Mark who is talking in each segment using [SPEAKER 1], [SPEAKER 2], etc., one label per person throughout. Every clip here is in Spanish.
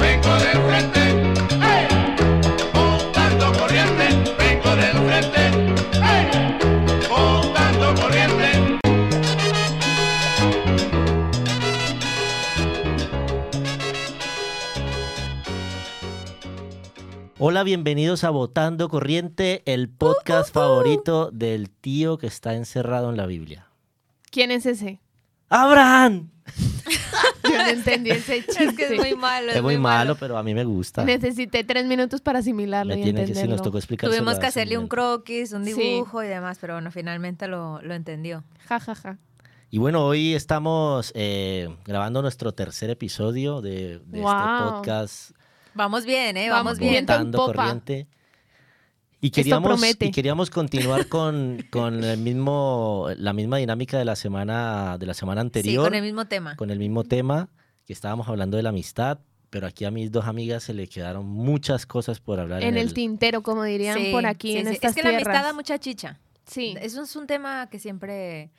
[SPEAKER 1] Vengo del frente, ¡eh! Montando corriente, vengo del frente, ¡eh! Montando corriente.
[SPEAKER 2] Hola, bienvenidos a Votando Corriente, el podcast favorito del tío que está encerrado en la Biblia.
[SPEAKER 3] ¿Quién es ese?
[SPEAKER 2] ¡Abraham!
[SPEAKER 3] Yo no entendí ese chiste.
[SPEAKER 4] Es que es muy malo.
[SPEAKER 2] Es muy malo, pero a mí me gusta. Me
[SPEAKER 3] Necesité tres minutos para asimilarlo y
[SPEAKER 2] tiene que,
[SPEAKER 3] entenderlo.
[SPEAKER 2] si nos tocó explicar.
[SPEAKER 4] Tuvimos que hacerle un croquis, un
[SPEAKER 3] Sí.
[SPEAKER 4] dibujo y demás, pero bueno, finalmente lo, lo entendió.
[SPEAKER 3] Ja, ja, ja.
[SPEAKER 2] Y bueno, hoy estamos eh, grabando nuestro tercer episodio de, de este
[SPEAKER 3] Wow.
[SPEAKER 2] podcast
[SPEAKER 4] Vamos bien, ¿eh? Vamos
[SPEAKER 3] Vamos
[SPEAKER 4] bien.
[SPEAKER 3] bien.
[SPEAKER 2] Votando
[SPEAKER 3] Viento en popa.
[SPEAKER 2] Corriente. Y queríamos,
[SPEAKER 3] promete.
[SPEAKER 2] y queríamos continuar con, con el mismo, la misma dinámica de la semana, de la semana
[SPEAKER 4] Sí,
[SPEAKER 2] anterior.
[SPEAKER 4] con el mismo tema.
[SPEAKER 2] con el mismo tema que estábamos hablando de la amistad, pero aquí a mis dos amigas se le quedaron muchas cosas por hablar.
[SPEAKER 3] En el tintero, como dirían
[SPEAKER 4] Sí,
[SPEAKER 3] por aquí
[SPEAKER 4] sí,
[SPEAKER 3] en
[SPEAKER 4] sí.
[SPEAKER 3] estas
[SPEAKER 4] Es que la
[SPEAKER 3] tierras.
[SPEAKER 4] amistad da mucha chicha.
[SPEAKER 3] Sí.
[SPEAKER 4] Eso es un tema que siempre,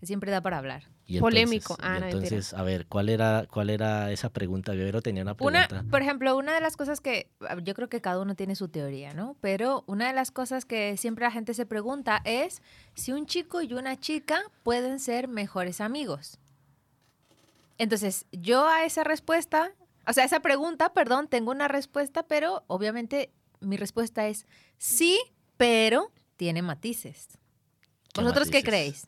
[SPEAKER 4] que siempre da para hablar.
[SPEAKER 2] Y
[SPEAKER 3] polémico.
[SPEAKER 2] entonces-
[SPEAKER 3] Ah,
[SPEAKER 2] y
[SPEAKER 3] no, mentira.
[SPEAKER 2] entonces, a ver, ¿cuál era, ¿cuál era esa pregunta? Vero tenía una
[SPEAKER 4] Una,
[SPEAKER 2] pregunta.
[SPEAKER 4] por ejemplo, una de las cosas que ah, yo creo que cada uno tiene su teoría, ¿no? Pero una de las cosas que siempre la gente se pregunta es si un chico y una chica pueden ser mejores amigos. Entonces, yo a esa respuesta, o sea, a esa pregunta, perdón, tengo una respuesta, pero obviamente mi respuesta es sí, pero tiene matices.
[SPEAKER 2] ¿Qué
[SPEAKER 4] ¿Vosotros qué
[SPEAKER 2] matices?
[SPEAKER 4] crees?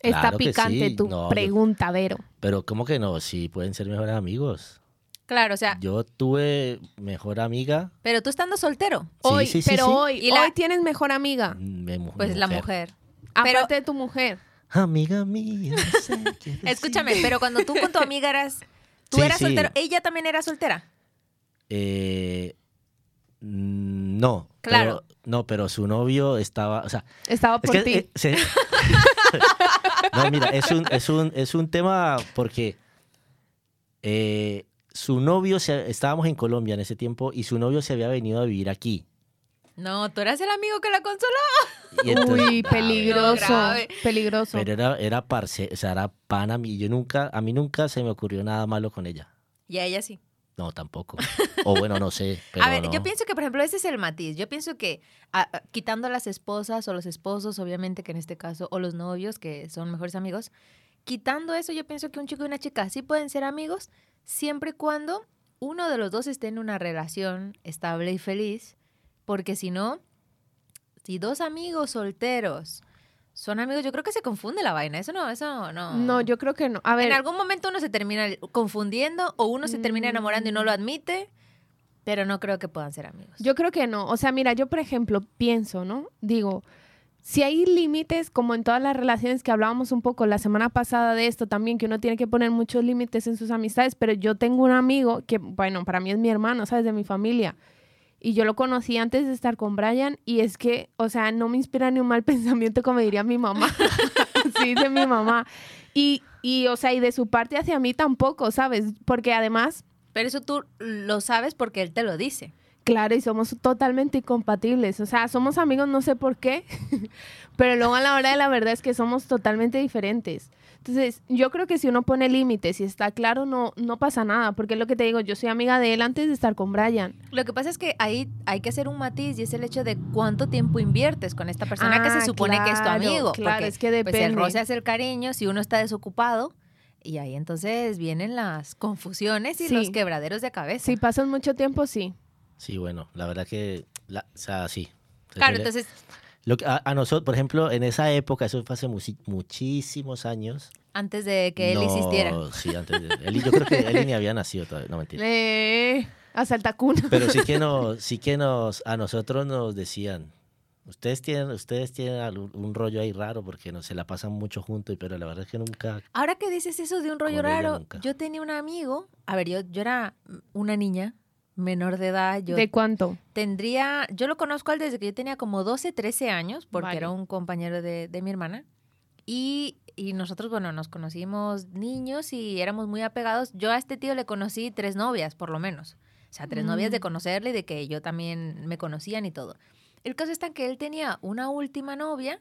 [SPEAKER 3] Está
[SPEAKER 2] Claro que
[SPEAKER 3] picante
[SPEAKER 2] sí.
[SPEAKER 3] tu
[SPEAKER 2] No, yo-
[SPEAKER 3] pregunta, Vero.
[SPEAKER 2] Pero ¿cómo que no? Si pueden ser mejores amigos.
[SPEAKER 4] Claro, o
[SPEAKER 3] Ah.
[SPEAKER 4] sea,
[SPEAKER 2] Yo tuve mejor amiga,
[SPEAKER 4] pero tú estando soltero,
[SPEAKER 3] Hoy,
[SPEAKER 2] sí, sí,
[SPEAKER 3] pero
[SPEAKER 2] sí.
[SPEAKER 3] hoy,
[SPEAKER 4] Y la-
[SPEAKER 3] hoy tienes mejor amiga.
[SPEAKER 2] me- mu-
[SPEAKER 4] pues la mujer. Pero-
[SPEAKER 3] Aparte de tu mujer.
[SPEAKER 2] Amiga mía. no sé qué decir.
[SPEAKER 4] Escúchame, pero cuando tú con tu amiga eras. Tú
[SPEAKER 2] Sí,
[SPEAKER 4] eras
[SPEAKER 2] sí.
[SPEAKER 4] soltero, ella también era soltera.
[SPEAKER 2] Eh, mm, no.
[SPEAKER 4] Claro.
[SPEAKER 2] pero- no, pero su novio estaba, o sea,
[SPEAKER 3] Estaba
[SPEAKER 2] Es
[SPEAKER 3] por
[SPEAKER 2] que,
[SPEAKER 3] ti.
[SPEAKER 2] eh, se- no, mira, es un, es un, es un tema porque eh, su novio, se- estábamos en Colombia en ese tiempo y su novio se había venido a vivir aquí.
[SPEAKER 4] No, tú eras el amigo que la consolaba.
[SPEAKER 2] Y entonces-
[SPEAKER 3] Uy,
[SPEAKER 2] Ah, bueno,
[SPEAKER 3] peligroso.
[SPEAKER 4] grave.
[SPEAKER 3] Peligroso.
[SPEAKER 2] Pero era, era parce, o sea, era pan a mí. Yo nunca, a mí nunca se me ocurrió nada malo con ella.
[SPEAKER 4] Y a ella sí.
[SPEAKER 2] No, tampoco. O bueno, no sé.
[SPEAKER 4] a ver,
[SPEAKER 2] pero
[SPEAKER 4] yo
[SPEAKER 2] no.
[SPEAKER 4] pienso que, por ejemplo, ese es el matiz. Yo pienso que a- a- quitando las esposas o los esposos, obviamente que en este caso, o los novios, que son mejores amigos, quitando eso, yo pienso que un chico y una chica sí pueden ser amigos siempre y cuando uno de los dos esté en una relación estable y feliz, porque si no, si dos amigos solteros son amigos, yo creo que se confunde la vaina. Eso no, eso no.
[SPEAKER 3] No, yo creo que no. A ver,
[SPEAKER 4] En algún momento uno se termina confundiendo o uno se termina enamorando y no lo admite, pero no creo que puedan ser amigos.
[SPEAKER 3] Mm. Yo creo que no. O sea, mira, yo por ejemplo pienso, ¿no? Digo, si hay límites, como en todas las relaciones que hablábamos un poco la semana pasada de esto también, que uno tiene que poner muchos límites en sus amistades, pero yo tengo un amigo que, bueno, para mí es mi hermano, ¿sabes? De mi familia. Y yo lo conocí antes de estar con Brian y es que, o sea, no me inspira ni un mal pensamiento como diría mi mamá. sí, de mi mamá. Y, y, o sea, y de su parte hacia mí tampoco, ¿sabes? Porque además
[SPEAKER 4] pero eso tú lo sabes porque él te lo dice.
[SPEAKER 3] Claro, y somos totalmente incompatibles. O sea, somos amigos, no sé por qué, pero luego a la hora de la verdad es que somos totalmente diferentes. Entonces, yo creo que si uno pone límites y está claro, no, no pasa nada, porque es lo que te digo, yo soy amiga de él antes de estar con Brian.
[SPEAKER 4] Lo que pasa es que ahí hay que hacer un matiz y es el hecho de cuánto tiempo inviertes con esta persona que
[SPEAKER 3] Ah,
[SPEAKER 4] se supone que es tu
[SPEAKER 3] claro,
[SPEAKER 4] amigo.
[SPEAKER 3] claro,
[SPEAKER 4] porque,
[SPEAKER 3] es que
[SPEAKER 4] Pues el
[SPEAKER 3] depende.
[SPEAKER 4] roce hace el cariño, si uno está desocupado, y ahí entonces vienen las confusiones y
[SPEAKER 3] Sí.
[SPEAKER 4] los quebraderos de cabeza.
[SPEAKER 3] Si pasas mucho tiempo, sí.
[SPEAKER 2] Sí, bueno, la verdad que, la- o sea, sí.
[SPEAKER 4] claro,
[SPEAKER 2] Yo le-
[SPEAKER 4] entonces
[SPEAKER 2] lo que- a, nosotros, por ejemplo, en esa época, eso fue hace musi- muchísimos años,
[SPEAKER 4] antes de que él
[SPEAKER 2] No,
[SPEAKER 4] insistiera.
[SPEAKER 2] Sí, antes de él. Yo creo que él ni había nacido todavía, no mentira.
[SPEAKER 3] Eh, asalta cuna.
[SPEAKER 2] Pero sí que nos, sí que nos, a nosotros nos decían, ustedes tienen, ustedes tienen algún- un rollo ahí raro porque no, se la pasan mucho juntos, pero la verdad es que nunca.
[SPEAKER 4] Ahora que dices eso de un rollo
[SPEAKER 2] Con ella
[SPEAKER 4] raro,
[SPEAKER 2] nunca.
[SPEAKER 4] yo tenía un amigo, a ver, yo, yo era una niña menor de edad, yo
[SPEAKER 3] ¿De cuánto?
[SPEAKER 4] tendría, yo lo conozco a él desde que yo tenía como 12, 13 años, porque
[SPEAKER 3] Vale.
[SPEAKER 4] era un compañero de, de mi hermana, y y nosotros, bueno, nos conocimos niños y éramos muy apegados. Yo a este tío le conocí tres novias, por lo menos. O sea, tres novias de
[SPEAKER 3] Mm.
[SPEAKER 4] conocerle y de que yo también me conocían y todo. El caso está en que él tenía una última novia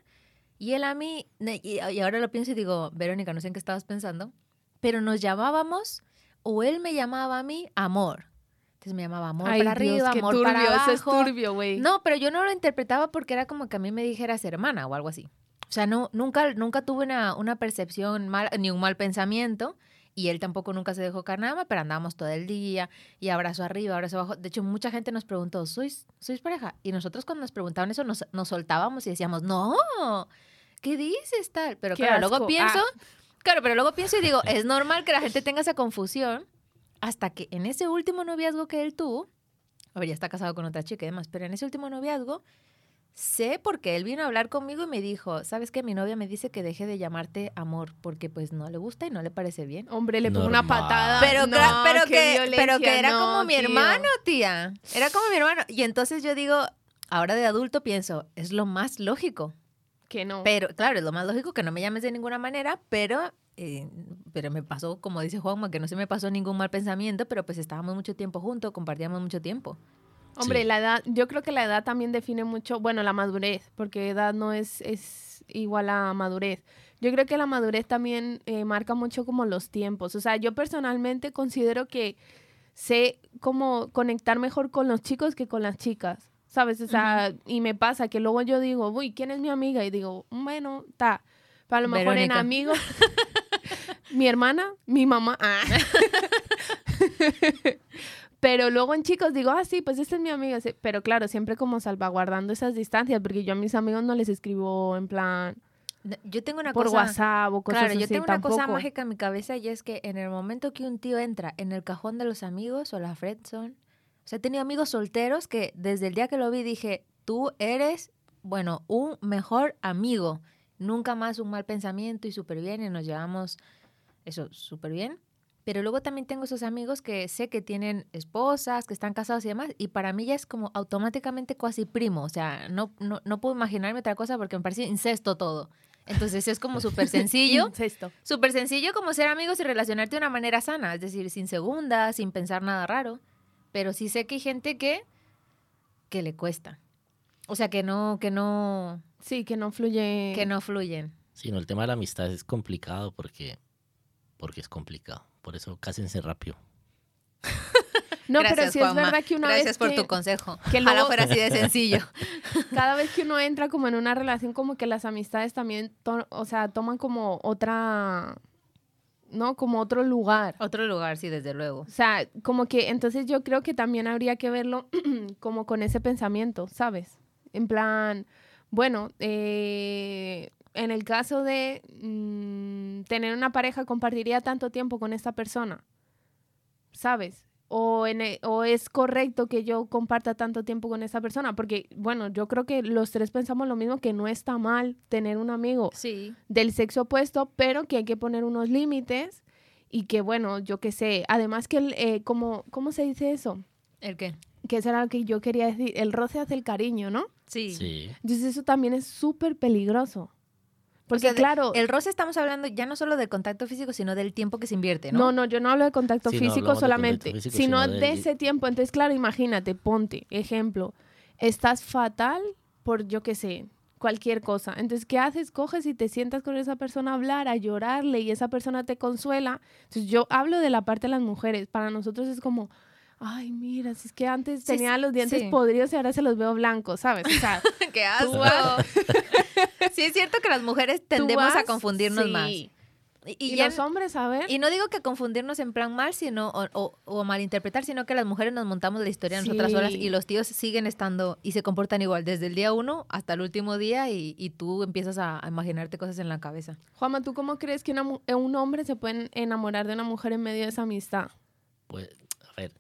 [SPEAKER 4] y él a mí, ne- y y ahora lo pienso y digo, Verónica, no sé en qué estabas pensando, pero nos llamábamos o él me llamaba a mí amor. Entonces me llamaba amor
[SPEAKER 3] Ay,
[SPEAKER 4] para
[SPEAKER 3] Dios,
[SPEAKER 4] arriba,
[SPEAKER 3] qué
[SPEAKER 4] amor
[SPEAKER 3] turbio,
[SPEAKER 4] para
[SPEAKER 3] eso es
[SPEAKER 4] abajo.
[SPEAKER 3] turbio, güey.
[SPEAKER 4] No, pero yo no lo interpretaba porque era como que a mí me dijeras hermana o algo así. O sea, no, nunca, nunca tuve una, una percepción mala, ni un mal pensamiento. Y él tampoco nunca se dejó carnama, pero andábamos todo el día y abrazo arriba, abrazo abajo. De hecho, mucha gente nos preguntó, ¿sois, ¿sois pareja? Y nosotros cuando nos preguntaban eso nos, nos soltábamos y decíamos, no, ¿qué dices tal? Pero
[SPEAKER 3] Qué
[SPEAKER 4] claro,
[SPEAKER 3] asco,
[SPEAKER 4] luego pienso,
[SPEAKER 3] ah.
[SPEAKER 4] claro, pero luego pienso y digo, es normal que la gente tenga esa confusión hasta que en ese último noviazgo que él tuvo, a ver, ya está casado con otra chica y demás, pero en ese último noviazgo, sé porque él vino a hablar conmigo y me dijo, ¿sabes qué? Mi novia me dice que deje de llamarte amor porque pues no le gusta y no le parece bien.
[SPEAKER 3] Hombre, le pongo
[SPEAKER 2] Normal.
[SPEAKER 3] una patada.
[SPEAKER 4] Pero,
[SPEAKER 3] No,
[SPEAKER 4] cla- pero,
[SPEAKER 3] qué
[SPEAKER 4] que, pero que
[SPEAKER 3] violencia,
[SPEAKER 4] era
[SPEAKER 3] no,
[SPEAKER 4] como mi
[SPEAKER 3] tío.
[SPEAKER 4] hermano, tía. Era como mi hermano. Y entonces yo digo, ahora de adulto pienso, es lo más lógico.
[SPEAKER 3] Que no.
[SPEAKER 4] Pero, claro, es lo más lógico que no me llames de ninguna manera, pero, eh, pero me pasó, como dice Juanma, que no se me pasó ningún mal pensamiento, pero pues estábamos mucho tiempo juntos, compartíamos mucho tiempo.
[SPEAKER 3] Hombre,
[SPEAKER 2] Sí.
[SPEAKER 3] la edad, yo creo que la edad también define mucho, bueno, la madurez, porque edad no es, es igual a madurez. Yo creo que la madurez también eh, marca mucho como los tiempos. O sea, yo personalmente considero que sé cómo conectar mejor con los chicos que con las chicas, ¿sabes? O sea, y me pasa que luego yo digo, uy, ¿quién es mi amiga? Y digo, bueno, ta. Pero a lo mejor en
[SPEAKER 4] Verónica.
[SPEAKER 3] amigos, mi hermana, mi mamá. Ah. Pero luego en chicos digo, ah, sí, pues este es mi amigo. sí. Pero claro, siempre como salvaguardando esas distancias, porque yo a mis amigos no les escribo en plan
[SPEAKER 4] No, Yo tengo una
[SPEAKER 3] por
[SPEAKER 4] cosa...
[SPEAKER 3] WhatsApp o cosas
[SPEAKER 4] Claro, yo
[SPEAKER 3] así,
[SPEAKER 4] tengo una cosa
[SPEAKER 3] tampoco.
[SPEAKER 4] mágica en mi cabeza y es que en el momento que un tío entra en el cajón de los amigos o la friendzone, o sea, he tenido amigos solteros que desde el día que lo vi dije, tú eres, bueno, un mejor amigo. Nunca más un mal pensamiento y súper bien y nos llevamos eso súper bien. Pero luego también tengo esos amigos que sé que tienen esposas, que están casados y demás, y para mí ya es como automáticamente casi primo. O sea, no, no, no puedo imaginarme otra cosa porque me parece incesto todo. Entonces es como súper sencillo.
[SPEAKER 3] Incesto.
[SPEAKER 4] Súper sencillo como ser amigos y relacionarte de una manera sana, es decir, sin segundas, sin pensar nada raro. Pero sí sé que hay gente que, que le cuesta. O sea, que no, que no,
[SPEAKER 3] Sí, que no fluye.
[SPEAKER 4] que no fluyen.
[SPEAKER 2] Sí, no, el tema de la amistad es complicado porque, porque es complicado. Por eso cásense rápido.
[SPEAKER 3] No, pero
[SPEAKER 4] Gracias,
[SPEAKER 3] sí
[SPEAKER 4] Juanma.
[SPEAKER 3] es verdad que una
[SPEAKER 4] Gracias
[SPEAKER 3] vez
[SPEAKER 4] por
[SPEAKER 3] que-
[SPEAKER 4] tu consejo.
[SPEAKER 3] que
[SPEAKER 4] Que
[SPEAKER 3] luego-
[SPEAKER 4] fuera así de sencillo.
[SPEAKER 3] cada vez que uno entra como en una relación, como que las amistades también, to- o sea, toman como otra, ¿no? Como otro lugar.
[SPEAKER 4] Otro lugar, sí, desde luego.
[SPEAKER 3] O sea, como que entonces yo creo que también habría que verlo como con ese pensamiento, ¿sabes? En plan, bueno, eh, en el caso de mm, tener una pareja, compartiría tanto tiempo con esta persona, ¿sabes? O, en e- o es correcto que yo comparta tanto tiempo con esta persona, porque bueno, yo creo que los tres pensamos lo mismo, que no está mal tener un amigo
[SPEAKER 4] Sí.
[SPEAKER 3] del sexo opuesto, pero que hay que poner unos límites y que, bueno, yo qué sé, además que, el, eh, como, ¿cómo se dice eso?
[SPEAKER 4] ¿El qué?
[SPEAKER 3] Que eso era lo que yo quería decir, el roce hace el cariño, ¿no?
[SPEAKER 4] Sí.
[SPEAKER 2] Sí.
[SPEAKER 3] Entonces eso también es súper peligroso.
[SPEAKER 4] O
[SPEAKER 3] Porque
[SPEAKER 4] sea, de-
[SPEAKER 3] claro,
[SPEAKER 4] El roce estamos hablando ya no solo del contacto físico, sino del tiempo que se invierte, ¿no?
[SPEAKER 3] no, no, yo no hablo de contacto
[SPEAKER 2] Sí, no
[SPEAKER 3] físico
[SPEAKER 2] hablamos de contacto
[SPEAKER 3] solamente,
[SPEAKER 2] físico,
[SPEAKER 3] sino,
[SPEAKER 2] sino
[SPEAKER 3] de,
[SPEAKER 2] del-
[SPEAKER 3] ese tiempo. Entonces, claro, imagínate, ponte, ejemplo, estás fatal por, yo qué sé, cualquier cosa. Entonces, ¿qué haces? Coges y te sientas con esa persona a hablar, a llorarle y esa persona te consuela. Entonces, yo hablo de la parte de las mujeres. Para nosotros es como... Ay, mira, si es que antes
[SPEAKER 4] Sí,
[SPEAKER 3] tenía
[SPEAKER 4] sí,
[SPEAKER 3] los dientes
[SPEAKER 4] sí.
[SPEAKER 3] podridos y ahora se los veo blancos, ¿sabes? O sea,
[SPEAKER 4] ¡Qué
[SPEAKER 3] Tú
[SPEAKER 4] asco! sí, es cierto que las mujeres tendemos a confundirnos más. Y,
[SPEAKER 3] Y,
[SPEAKER 4] y
[SPEAKER 3] y
[SPEAKER 4] ya
[SPEAKER 3] los hombres, a ver.
[SPEAKER 4] Y no digo que confundirnos en plan mal, sino o, o- o malinterpretar, sino que las mujeres nos montamos la historia
[SPEAKER 3] Sí.
[SPEAKER 4] nosotras solas y los tíos siguen estando y se comportan igual desde el día uno hasta el último día y, y tú empiezas a, a imaginarte cosas en la cabeza.
[SPEAKER 3] Juanma, ¿tú cómo crees que una mu- eh, un hombre se puede enamorar de una mujer en medio de esa amistad?
[SPEAKER 2] Pues, a ver.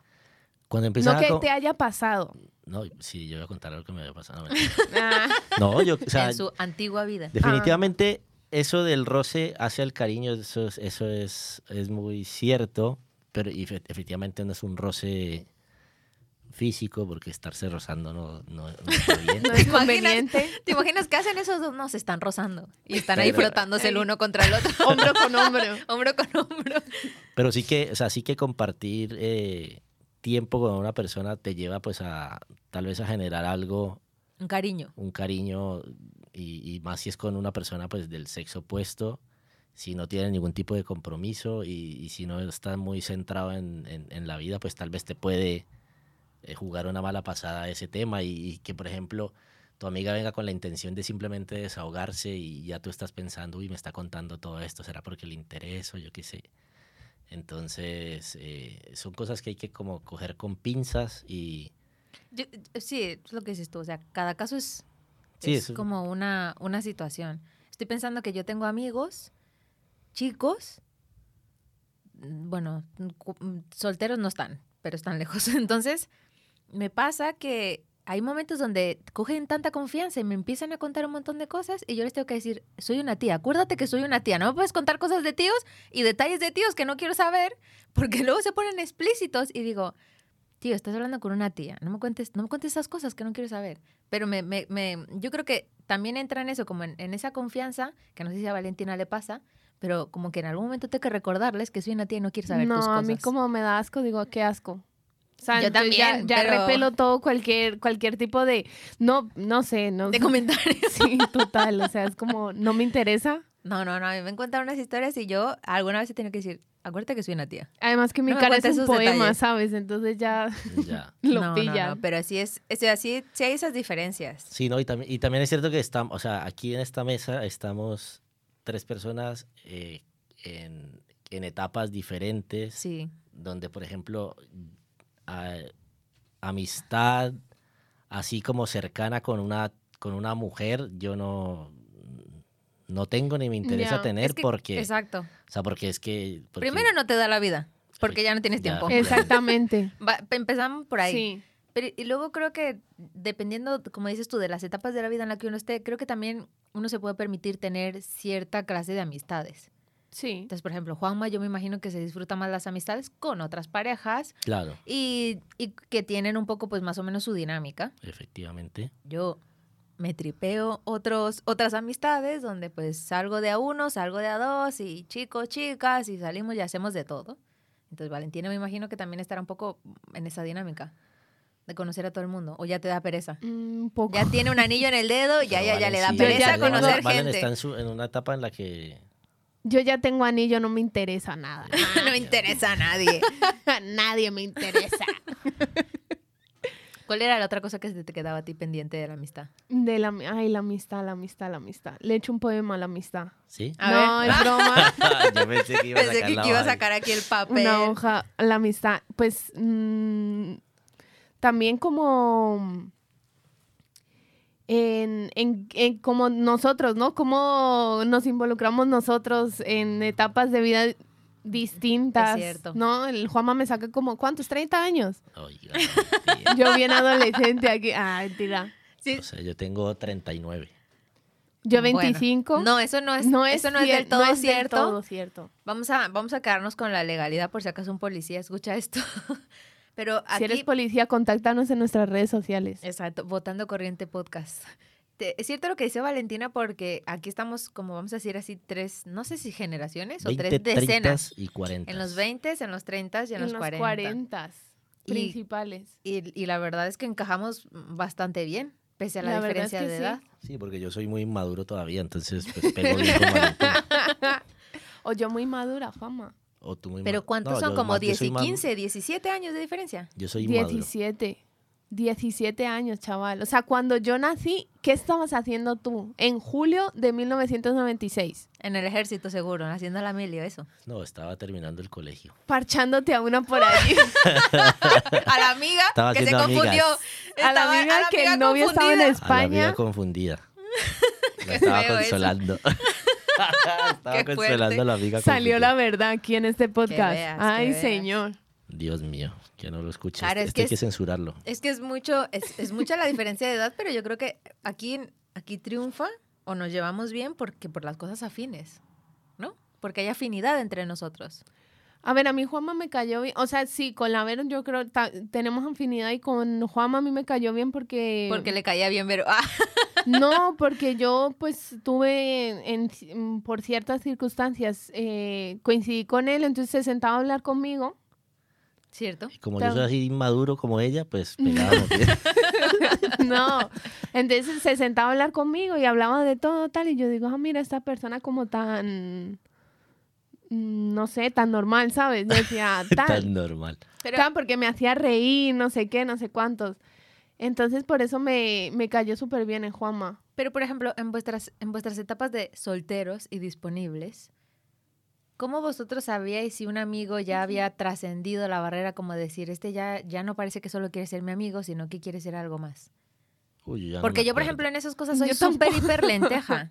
[SPEAKER 2] Cuando empiezas
[SPEAKER 3] no
[SPEAKER 2] a
[SPEAKER 3] que
[SPEAKER 2] con-
[SPEAKER 3] te haya pasado.
[SPEAKER 2] No, sí, yo voy a contar algo que me había pasado. No,
[SPEAKER 3] Ah,
[SPEAKER 2] No, yo, o sea,
[SPEAKER 4] en su antigua vida.
[SPEAKER 2] definitivamente
[SPEAKER 3] Ah.
[SPEAKER 2] eso del roce hacia el cariño, eso es, eso es, es muy cierto, pero y fe- efectivamente no es un roce físico, porque estarse rozando no, no, no está bien.
[SPEAKER 3] No es
[SPEAKER 4] ¿Te imaginas?
[SPEAKER 3] conveniente.
[SPEAKER 4] ¿Te imaginas qué hacen esos dos? No, se están rozando y están ahí
[SPEAKER 2] Pero-
[SPEAKER 4] frotándose el uno contra el otro.
[SPEAKER 3] Hombro con hombro.
[SPEAKER 4] hombro con hombro.
[SPEAKER 2] Pero sí que, o sea, sí que compartir eh, tiempo con una persona te lleva pues a tal vez a generar algo,
[SPEAKER 4] Un cariño.
[SPEAKER 2] un cariño, y, y más si es con una persona pues del sexo opuesto, si no tiene ningún tipo de compromiso y, y si no está muy centrado en, en- en la vida, pues tal vez te puede eh, jugar una mala pasada a ese tema y, y que por ejemplo tu amiga venga con la intención de simplemente desahogarse y ya tú estás pensando, uy, me está contando todo esto, será porque le intereso, yo qué sé. Entonces, eh, son cosas que hay que como coger con pinzas y...
[SPEAKER 4] Yo- yo- sí, es lo que dices tú. O sea, cada caso es,
[SPEAKER 2] Sí,
[SPEAKER 4] es
[SPEAKER 2] eso-
[SPEAKER 4] como una, una situación. Estoy pensando que yo tengo amigos, chicos, mm, bueno, mm, cu- mm, solteros no están, pero están lejos. Entonces, me pasa que hay momentos donde cogen tanta confianza y me empiezan a contar un montón de cosas y yo les tengo que decir, soy una tía, acuérdate que soy una tía, no me puedes contar cosas de tíos y detalles de tíos que no quiero saber porque luego se ponen explícitos y digo, tío, estás hablando con una tía, no me cuentes, no me cuentes esas cosas que no quiero saber. Pero me, me- me- yo creo que también entra en eso, como en, en esa confianza, que no sé si a Valentina le pasa, pero como que en algún momento tengo que recordarles que soy una tía y no quiero saber
[SPEAKER 3] no,
[SPEAKER 4] tus cosas.
[SPEAKER 3] a mí como me da asco, digo, qué asco. O sea,
[SPEAKER 4] Yo
[SPEAKER 3] ya- ya,
[SPEAKER 4] también, pero-
[SPEAKER 3] repelo todo cualquier cualquier tipo de no no sé, no
[SPEAKER 4] De comentarios.
[SPEAKER 3] sí, total, o sea, es como no me interesa.
[SPEAKER 4] No, no, no, a mí me cuentan unas historias y yo alguna vez he tenido que decir, acuérdate que soy una tía.
[SPEAKER 3] Además que mi
[SPEAKER 4] No me
[SPEAKER 3] cara es
[SPEAKER 4] cuentes
[SPEAKER 3] un
[SPEAKER 4] esos
[SPEAKER 3] poema,
[SPEAKER 4] detalles.
[SPEAKER 3] ¿sabes? Entonces ya
[SPEAKER 2] pues, ya.
[SPEAKER 3] lo
[SPEAKER 4] no, no,
[SPEAKER 3] pillan.
[SPEAKER 4] no, pero así es, o sea, así sí hay esas diferencias.
[SPEAKER 2] Sí, no, y también, y también es cierto que estamos, o sea, aquí en esta mesa estamos tres personas eh, en, en etapas diferentes,
[SPEAKER 4] Sí.
[SPEAKER 2] donde, por ejemplo, a- amistad, así como cercana con una, con una mujer, yo no, no tengo ni me interesa
[SPEAKER 3] Ya,
[SPEAKER 2] tener
[SPEAKER 4] Es que-
[SPEAKER 2] porque,
[SPEAKER 4] Exacto.
[SPEAKER 2] o sea, porque es que... porque-
[SPEAKER 4] Primero no te da la vida, porque ya no tienes
[SPEAKER 2] Ya.
[SPEAKER 4] tiempo.
[SPEAKER 2] Es-
[SPEAKER 3] Exactamente.
[SPEAKER 4] Va- empezamos por ahí.
[SPEAKER 3] Sí.
[SPEAKER 4] Pero, y luego creo que dependiendo, como dices tú, de las etapas de la vida en la que uno esté, creo que también uno se puede permitir tener cierta clase de amistades.
[SPEAKER 3] Sí.
[SPEAKER 4] Entonces, por ejemplo, Juanma, yo me imagino que se disfruta más las amistades con otras parejas
[SPEAKER 2] Claro,
[SPEAKER 4] y, y que tienen un poco, pues más o menos su dinámica.
[SPEAKER 2] efectivamente.
[SPEAKER 4] Yo me tripeo otros, otras amistades donde pues salgo de a uno, salgo de a dos y chicos, chicas y salimos y hacemos de todo. Entonces Valentina me imagino que también estará un poco en esa dinámica de conocer a todo el mundo o ya te da pereza.
[SPEAKER 3] Mm, Un poco.
[SPEAKER 4] Ya tiene un anillo en el dedo, ya,
[SPEAKER 2] Pero
[SPEAKER 4] ya, ya
[SPEAKER 2] Valen
[SPEAKER 4] le da
[SPEAKER 2] sí,
[SPEAKER 3] Yo ya
[SPEAKER 4] pereza
[SPEAKER 2] Valen-
[SPEAKER 4] conocer
[SPEAKER 2] Valen
[SPEAKER 4] gente.
[SPEAKER 2] está en, su- en una etapa en la que...
[SPEAKER 3] Yo ya tengo anillo, no me interesa nada.
[SPEAKER 4] no me interesa a nadie.
[SPEAKER 3] Nadie me interesa.
[SPEAKER 4] ¿Cuál era la otra cosa que se te quedaba a ti pendiente de la amistad?
[SPEAKER 3] De la, ay, la amistad, la amistad, la amistad. Le echo un poema a la amistad.
[SPEAKER 2] ¿Sí?
[SPEAKER 4] A
[SPEAKER 3] no,
[SPEAKER 4] ver.
[SPEAKER 3] es broma.
[SPEAKER 2] Yo pensé que iba a
[SPEAKER 4] Pensé
[SPEAKER 2] sacar
[SPEAKER 4] que
[SPEAKER 2] la
[SPEAKER 4] iba a
[SPEAKER 2] vaina.
[SPEAKER 4] sacar aquí el papel.
[SPEAKER 3] Una hoja, la amistad. Pues mm, también como en, en- en como nosotros, ¿no? Como nos involucramos nosotros en etapas de vida distintas.
[SPEAKER 4] Es cierto.
[SPEAKER 3] ¿No? El Juanma me saca como, ¿cuántos? ¿30 años?
[SPEAKER 2] Oiga, bien.
[SPEAKER 3] Yo bien adolescente aquí. Ah, mentira.
[SPEAKER 4] Sí.
[SPEAKER 2] O sea, yo tengo 39.
[SPEAKER 3] Yo
[SPEAKER 4] Bueno,
[SPEAKER 3] 25.
[SPEAKER 4] no, eso no es, eso no es
[SPEAKER 3] cier-
[SPEAKER 4] del todo
[SPEAKER 3] no es del
[SPEAKER 4] cierto.
[SPEAKER 3] todo cierto.
[SPEAKER 4] Vamos a, vamos a quedarnos con la legalidad por si acaso un policía escucha esto. Pero aquí,
[SPEAKER 3] Si eres policía, contáctanos en nuestras redes sociales.
[SPEAKER 4] exacto, votando corriente podcast. Te- es cierto lo que dice Valentina porque aquí estamos, como vamos a decir así, tres, no sé si generaciones
[SPEAKER 2] 20,
[SPEAKER 4] o tres
[SPEAKER 2] 30
[SPEAKER 4] decenas.
[SPEAKER 2] y 40.
[SPEAKER 4] En los 20, en los 30 y en los 40. Y-
[SPEAKER 3] principales.
[SPEAKER 4] Y, y la verdad es que encajamos bastante bien, pese a la,
[SPEAKER 3] La verdad es
[SPEAKER 4] diferencia
[SPEAKER 3] que
[SPEAKER 4] de
[SPEAKER 3] sí.
[SPEAKER 4] edad.
[SPEAKER 2] Sí, porque yo soy muy inmaduro todavía, entonces pues pego bien con Valentina.
[SPEAKER 3] O yo muy madura, fama.
[SPEAKER 2] O tú muy ma-
[SPEAKER 4] Pero ¿cuántos
[SPEAKER 2] No,
[SPEAKER 4] son?
[SPEAKER 2] yo
[SPEAKER 4] Como
[SPEAKER 2] más- yo
[SPEAKER 4] 10
[SPEAKER 2] soy
[SPEAKER 4] y
[SPEAKER 2] más-
[SPEAKER 4] 15, 17 años de diferencia.
[SPEAKER 2] Yo soy inmaduro.
[SPEAKER 3] 17. 17 años, chaval. O sea, cuando yo nací, ¿qué estabas haciendo tú? En julio de 1996.
[SPEAKER 4] En el ejército seguro, haciendo la mili o eso.
[SPEAKER 2] No, estaba terminando el colegio.
[SPEAKER 3] Parchándote a una por allí.
[SPEAKER 4] a la amiga
[SPEAKER 2] Estaba
[SPEAKER 4] que se
[SPEAKER 2] haciendo amigas.
[SPEAKER 4] confundió.
[SPEAKER 3] a la
[SPEAKER 4] Estaba-
[SPEAKER 3] amiga que el
[SPEAKER 4] amiga
[SPEAKER 3] novio estaba en
[SPEAKER 4] confundida.
[SPEAKER 2] A la
[SPEAKER 3] España.
[SPEAKER 2] vida confundida. La estaba
[SPEAKER 4] feo eso.
[SPEAKER 2] consolando. estaba
[SPEAKER 4] Qué fuerte.
[SPEAKER 2] consolando a la amiga
[SPEAKER 3] Salió la
[SPEAKER 2] confundida.
[SPEAKER 3] verdad aquí en este podcast.
[SPEAKER 4] veas, que
[SPEAKER 3] Ay,
[SPEAKER 4] veas.
[SPEAKER 3] señor.
[SPEAKER 2] Dios mío, que no lo escuches.
[SPEAKER 4] Claro, es
[SPEAKER 2] este
[SPEAKER 4] que
[SPEAKER 2] hay que
[SPEAKER 4] es-
[SPEAKER 2] censurarlo.
[SPEAKER 4] Es que es mucho, es, es mucha la diferencia de edad, pero yo creo que aquí, aquí triunfa o nos llevamos bien porque por las cosas afines, ¿no? Porque hay afinidad entre nosotros.
[SPEAKER 3] A ver, a mí Juanma me cayó bien. O sea, sí, con la Vero yo creo ta- tenemos afinidad y con Juanma a mí me cayó bien porque...
[SPEAKER 4] Porque le caía bien, pero... ah,
[SPEAKER 3] No, porque yo pues tuve, en, en- por ciertas circunstancias, eh, coincidí con él, entonces se sentaba a hablar conmigo.
[SPEAKER 4] ¿Cierto?
[SPEAKER 2] Y como
[SPEAKER 3] Claro.
[SPEAKER 2] yo soy así inmaduro como ella, pues pegábamos bien.
[SPEAKER 3] No, entonces se sentaba a hablar conmigo y hablaba de todo tal y yo digo, ah, mira, esta persona como tan, mm, no sé, tan normal, ¿sabes? Yo decía, tal.
[SPEAKER 2] Tan normal.
[SPEAKER 4] Pero-
[SPEAKER 3] Tan, porque me hacía reír, no sé qué, no sé cuántos. Entonces por eso me, me cayó súper bien en Juanma.
[SPEAKER 4] Pero, por ejemplo, en vuestras, en vuestras etapas de solteros y disponibles, ¿cómo vosotros sabíais si un amigo ya había trascendido la barrera como decir, este ya, ya no parece que solo quiere ser mi amigo, sino que quiere ser algo más?
[SPEAKER 2] Uy, ya no
[SPEAKER 4] Porque
[SPEAKER 2] me
[SPEAKER 4] yo, por
[SPEAKER 2] acuerdo.
[SPEAKER 4] ejemplo, en esas cosas soy
[SPEAKER 3] Yo
[SPEAKER 4] súper hiper lenteja.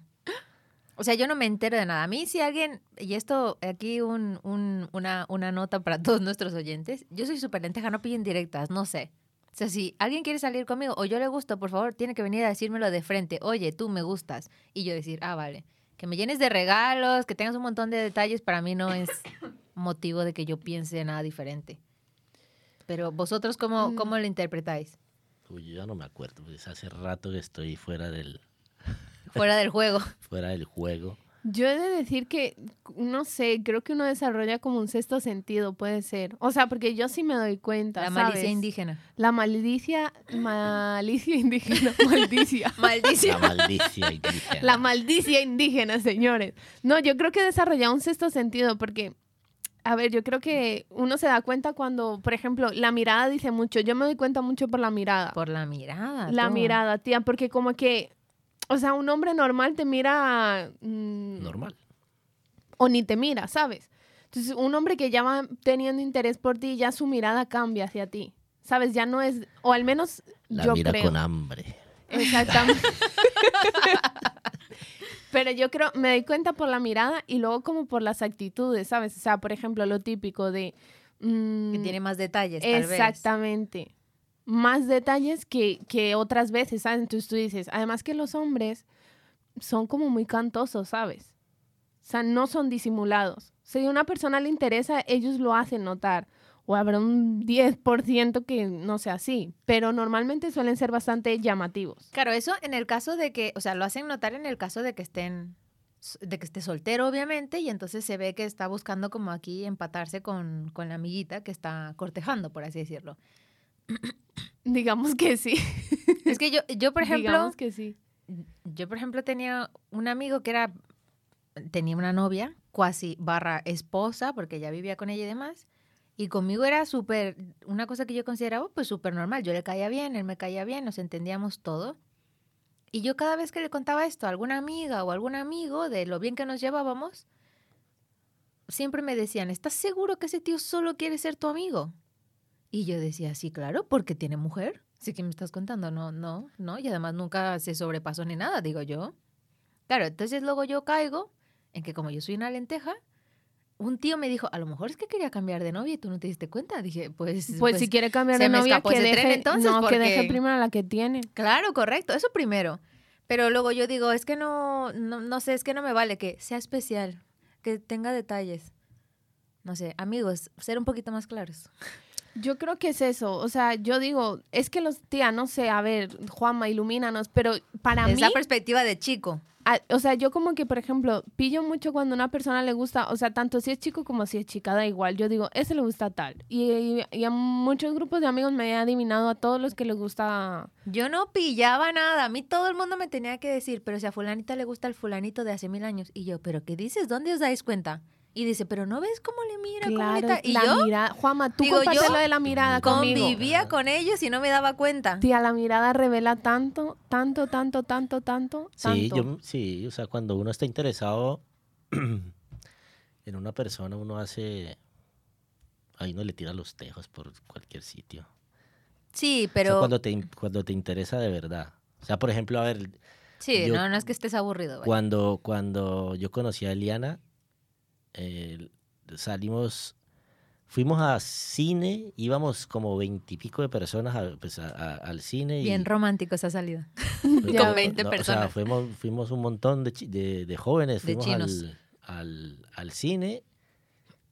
[SPEAKER 4] O sea, yo no me entero de nada. A mí si alguien, y esto aquí un, un- una, una nota para todos nuestros oyentes, yo soy súper lenteja, no piden directas, no sé. O sea, si alguien quiere salir conmigo o yo le gusto, por favor, tiene que venir a decírmelo de frente. Oye, tú me gustas. Y yo decir, ah, vale. Que me llenes de regalos, que tengas un montón de detalles, para mí no es motivo de que yo piense nada diferente. Pero vosotros, ¿cómo, cómo lo interpretáis?
[SPEAKER 2] Uy, yo ya no me acuerdo, pues hace rato que estoy fuera del,
[SPEAKER 4] Fuera del juego.
[SPEAKER 2] fuera del juego.
[SPEAKER 3] Yo he de decir que, no sé, creo que uno desarrolla como un sexto sentido, puede ser. O sea, porque yo sí me doy cuenta,
[SPEAKER 4] La
[SPEAKER 3] ¿sabes?
[SPEAKER 4] malicia indígena.
[SPEAKER 3] La maldicia, malicia indígena, maldicia.
[SPEAKER 2] La
[SPEAKER 4] Maldición.
[SPEAKER 2] maldicia "Ah, indígena.
[SPEAKER 3] La maldicia indígena, señores. No, yo creo que he desarrollado un sexto sentido porque, a ver, yo creo que uno se da cuenta cuando, por ejemplo, la mirada dice mucho. Yo me doy cuenta mucho por la mirada.
[SPEAKER 4] Por la mirada.
[SPEAKER 3] la
[SPEAKER 4] tú.
[SPEAKER 3] mirada, tía, porque como que, o sea, un hombre normal te mira mm,
[SPEAKER 2] Normal.
[SPEAKER 3] o ni te mira, ¿sabes? Entonces, un hombre que ya va teniendo interés por ti, ya su mirada cambia hacia ti, ¿sabes? Ya no es, o al menos
[SPEAKER 2] La
[SPEAKER 3] yo
[SPEAKER 2] mira
[SPEAKER 3] creo.
[SPEAKER 2] con hambre.
[SPEAKER 3] Exactamente. Pero yo creo, me doy cuenta por la mirada y luego como por las actitudes, ¿sabes? O sea, por ejemplo, lo típico de... mm,
[SPEAKER 4] Que tiene más detalles, tal vez.
[SPEAKER 3] exactamente. Más detalles que, que otras veces, ¿sabes? Entonces tú dices, además que los hombres son como muy cantosos, ¿sabes? O sea, no son disimulados. Si a una persona le interesa, ellos lo hacen notar. O habrá un 10% que no sea así. Pero normalmente suelen ser bastante llamativos.
[SPEAKER 4] Claro, eso en el caso de que, o sea, lo hacen notar en el caso de que estén, de que esté soltero, obviamente, y entonces se ve que está buscando como aquí empatarse con, con la amiguita que está cortejando, por así decirlo.
[SPEAKER 3] Digamos que sí.
[SPEAKER 4] Es que yo, yo por ejemplo,
[SPEAKER 3] Digamos que sí.
[SPEAKER 4] yo, por ejemplo, tenía un amigo que era, tenía una novia, cuasi barra esposa, porque ya vivía con ella y demás. Y conmigo era súper, una cosa que yo consideraba pues súper normal. Yo le caía bien, él me caía bien, nos entendíamos todo. Y yo cada vez que le contaba esto a alguna amiga o algún amigo de lo bien que nos llevábamos, siempre me decían, ¿estás seguro que ese tío solo quiere ser tu amigo? Y yo decía, sí, claro, porque tiene mujer. Así que me estás contando, no, no, no. Y además nunca se sobrepasó ni nada, digo yo. Claro, entonces luego yo caigo en que como yo soy una lenteja, un tío me dijo, a lo mejor es que quería cambiar de novia y tú no te diste cuenta. Dije, pues...
[SPEAKER 3] Pues, si quiere cambiar
[SPEAKER 4] se
[SPEAKER 3] de
[SPEAKER 4] me
[SPEAKER 3] novia,
[SPEAKER 4] escapó
[SPEAKER 3] que
[SPEAKER 4] ese
[SPEAKER 3] deje,
[SPEAKER 4] tren, entonces,
[SPEAKER 3] no,
[SPEAKER 4] porque-
[SPEAKER 3] que deje primero a la que tiene.
[SPEAKER 4] Claro, correcto, eso primero. Pero luego yo digo, es que no, no, no sé, es que no me vale que sea especial, que tenga detalles. No sé, amigos, ser un poquito más claros.
[SPEAKER 3] Yo creo que es eso. O sea, yo digo, es que los tía, no sé, a ver, Juanma, ilumínanos, pero para
[SPEAKER 4] es la
[SPEAKER 3] mí,
[SPEAKER 4] perspectiva de chico.
[SPEAKER 3] a- o sea, yo como que, por ejemplo, pillo mucho cuando a una persona le gusta, o sea, tanto si es chico como si es chica, da igual. Yo digo, ese le gusta tal. Y, y- y a muchos grupos de amigos me he adivinado a todos los que les gusta.
[SPEAKER 4] Yo no pillaba nada, a mí todo el mundo me tenía que decir, pero si a fulanita le gusta el fulanito de hace mil años. Y yo, ¿pero qué dices? ¿Dónde os dais cuenta? Y dice, ¿pero no ves cómo le mira? cómo le
[SPEAKER 3] Claro,
[SPEAKER 4] ta-?" Y
[SPEAKER 3] la
[SPEAKER 4] yo
[SPEAKER 3] mirada. Juanma, tú
[SPEAKER 4] Digo,
[SPEAKER 3] comparte
[SPEAKER 4] yo
[SPEAKER 3] lo de la mirada conmigo.
[SPEAKER 4] convivía con ellos y no me daba cuenta.
[SPEAKER 3] Tía, la mirada revela tanto, tanto, tanto, tanto, tanto,
[SPEAKER 2] Sí,
[SPEAKER 3] tanto.
[SPEAKER 2] yo, sí, o sea, cuando uno está interesado en una persona, uno hace... Ahí uno le tira los tejos por cualquier sitio.
[SPEAKER 4] Sí,
[SPEAKER 2] O sea,
[SPEAKER 4] pero...
[SPEAKER 2] cuando, te, in- cuando te interesa de verdad. O sea, por ejemplo, a ver,
[SPEAKER 4] sí,
[SPEAKER 2] yo-
[SPEAKER 4] no, no es que estés aburrido. vaya.
[SPEAKER 2] Cuando, cuando yo conocí a Eliana, eh, salimos, fuimos a cine, íbamos como veintipico de personas a- pues, a- a- al cine. y-
[SPEAKER 4] Bien romántico esa salida.
[SPEAKER 2] fue-
[SPEAKER 3] con
[SPEAKER 2] no,
[SPEAKER 4] 20
[SPEAKER 2] no, O sea,
[SPEAKER 4] personas.
[SPEAKER 2] fuimos, fuimos un montón de, chi- de, de jóvenes,
[SPEAKER 4] De
[SPEAKER 2] fuimos
[SPEAKER 4] chinos.
[SPEAKER 2] al, al, al cine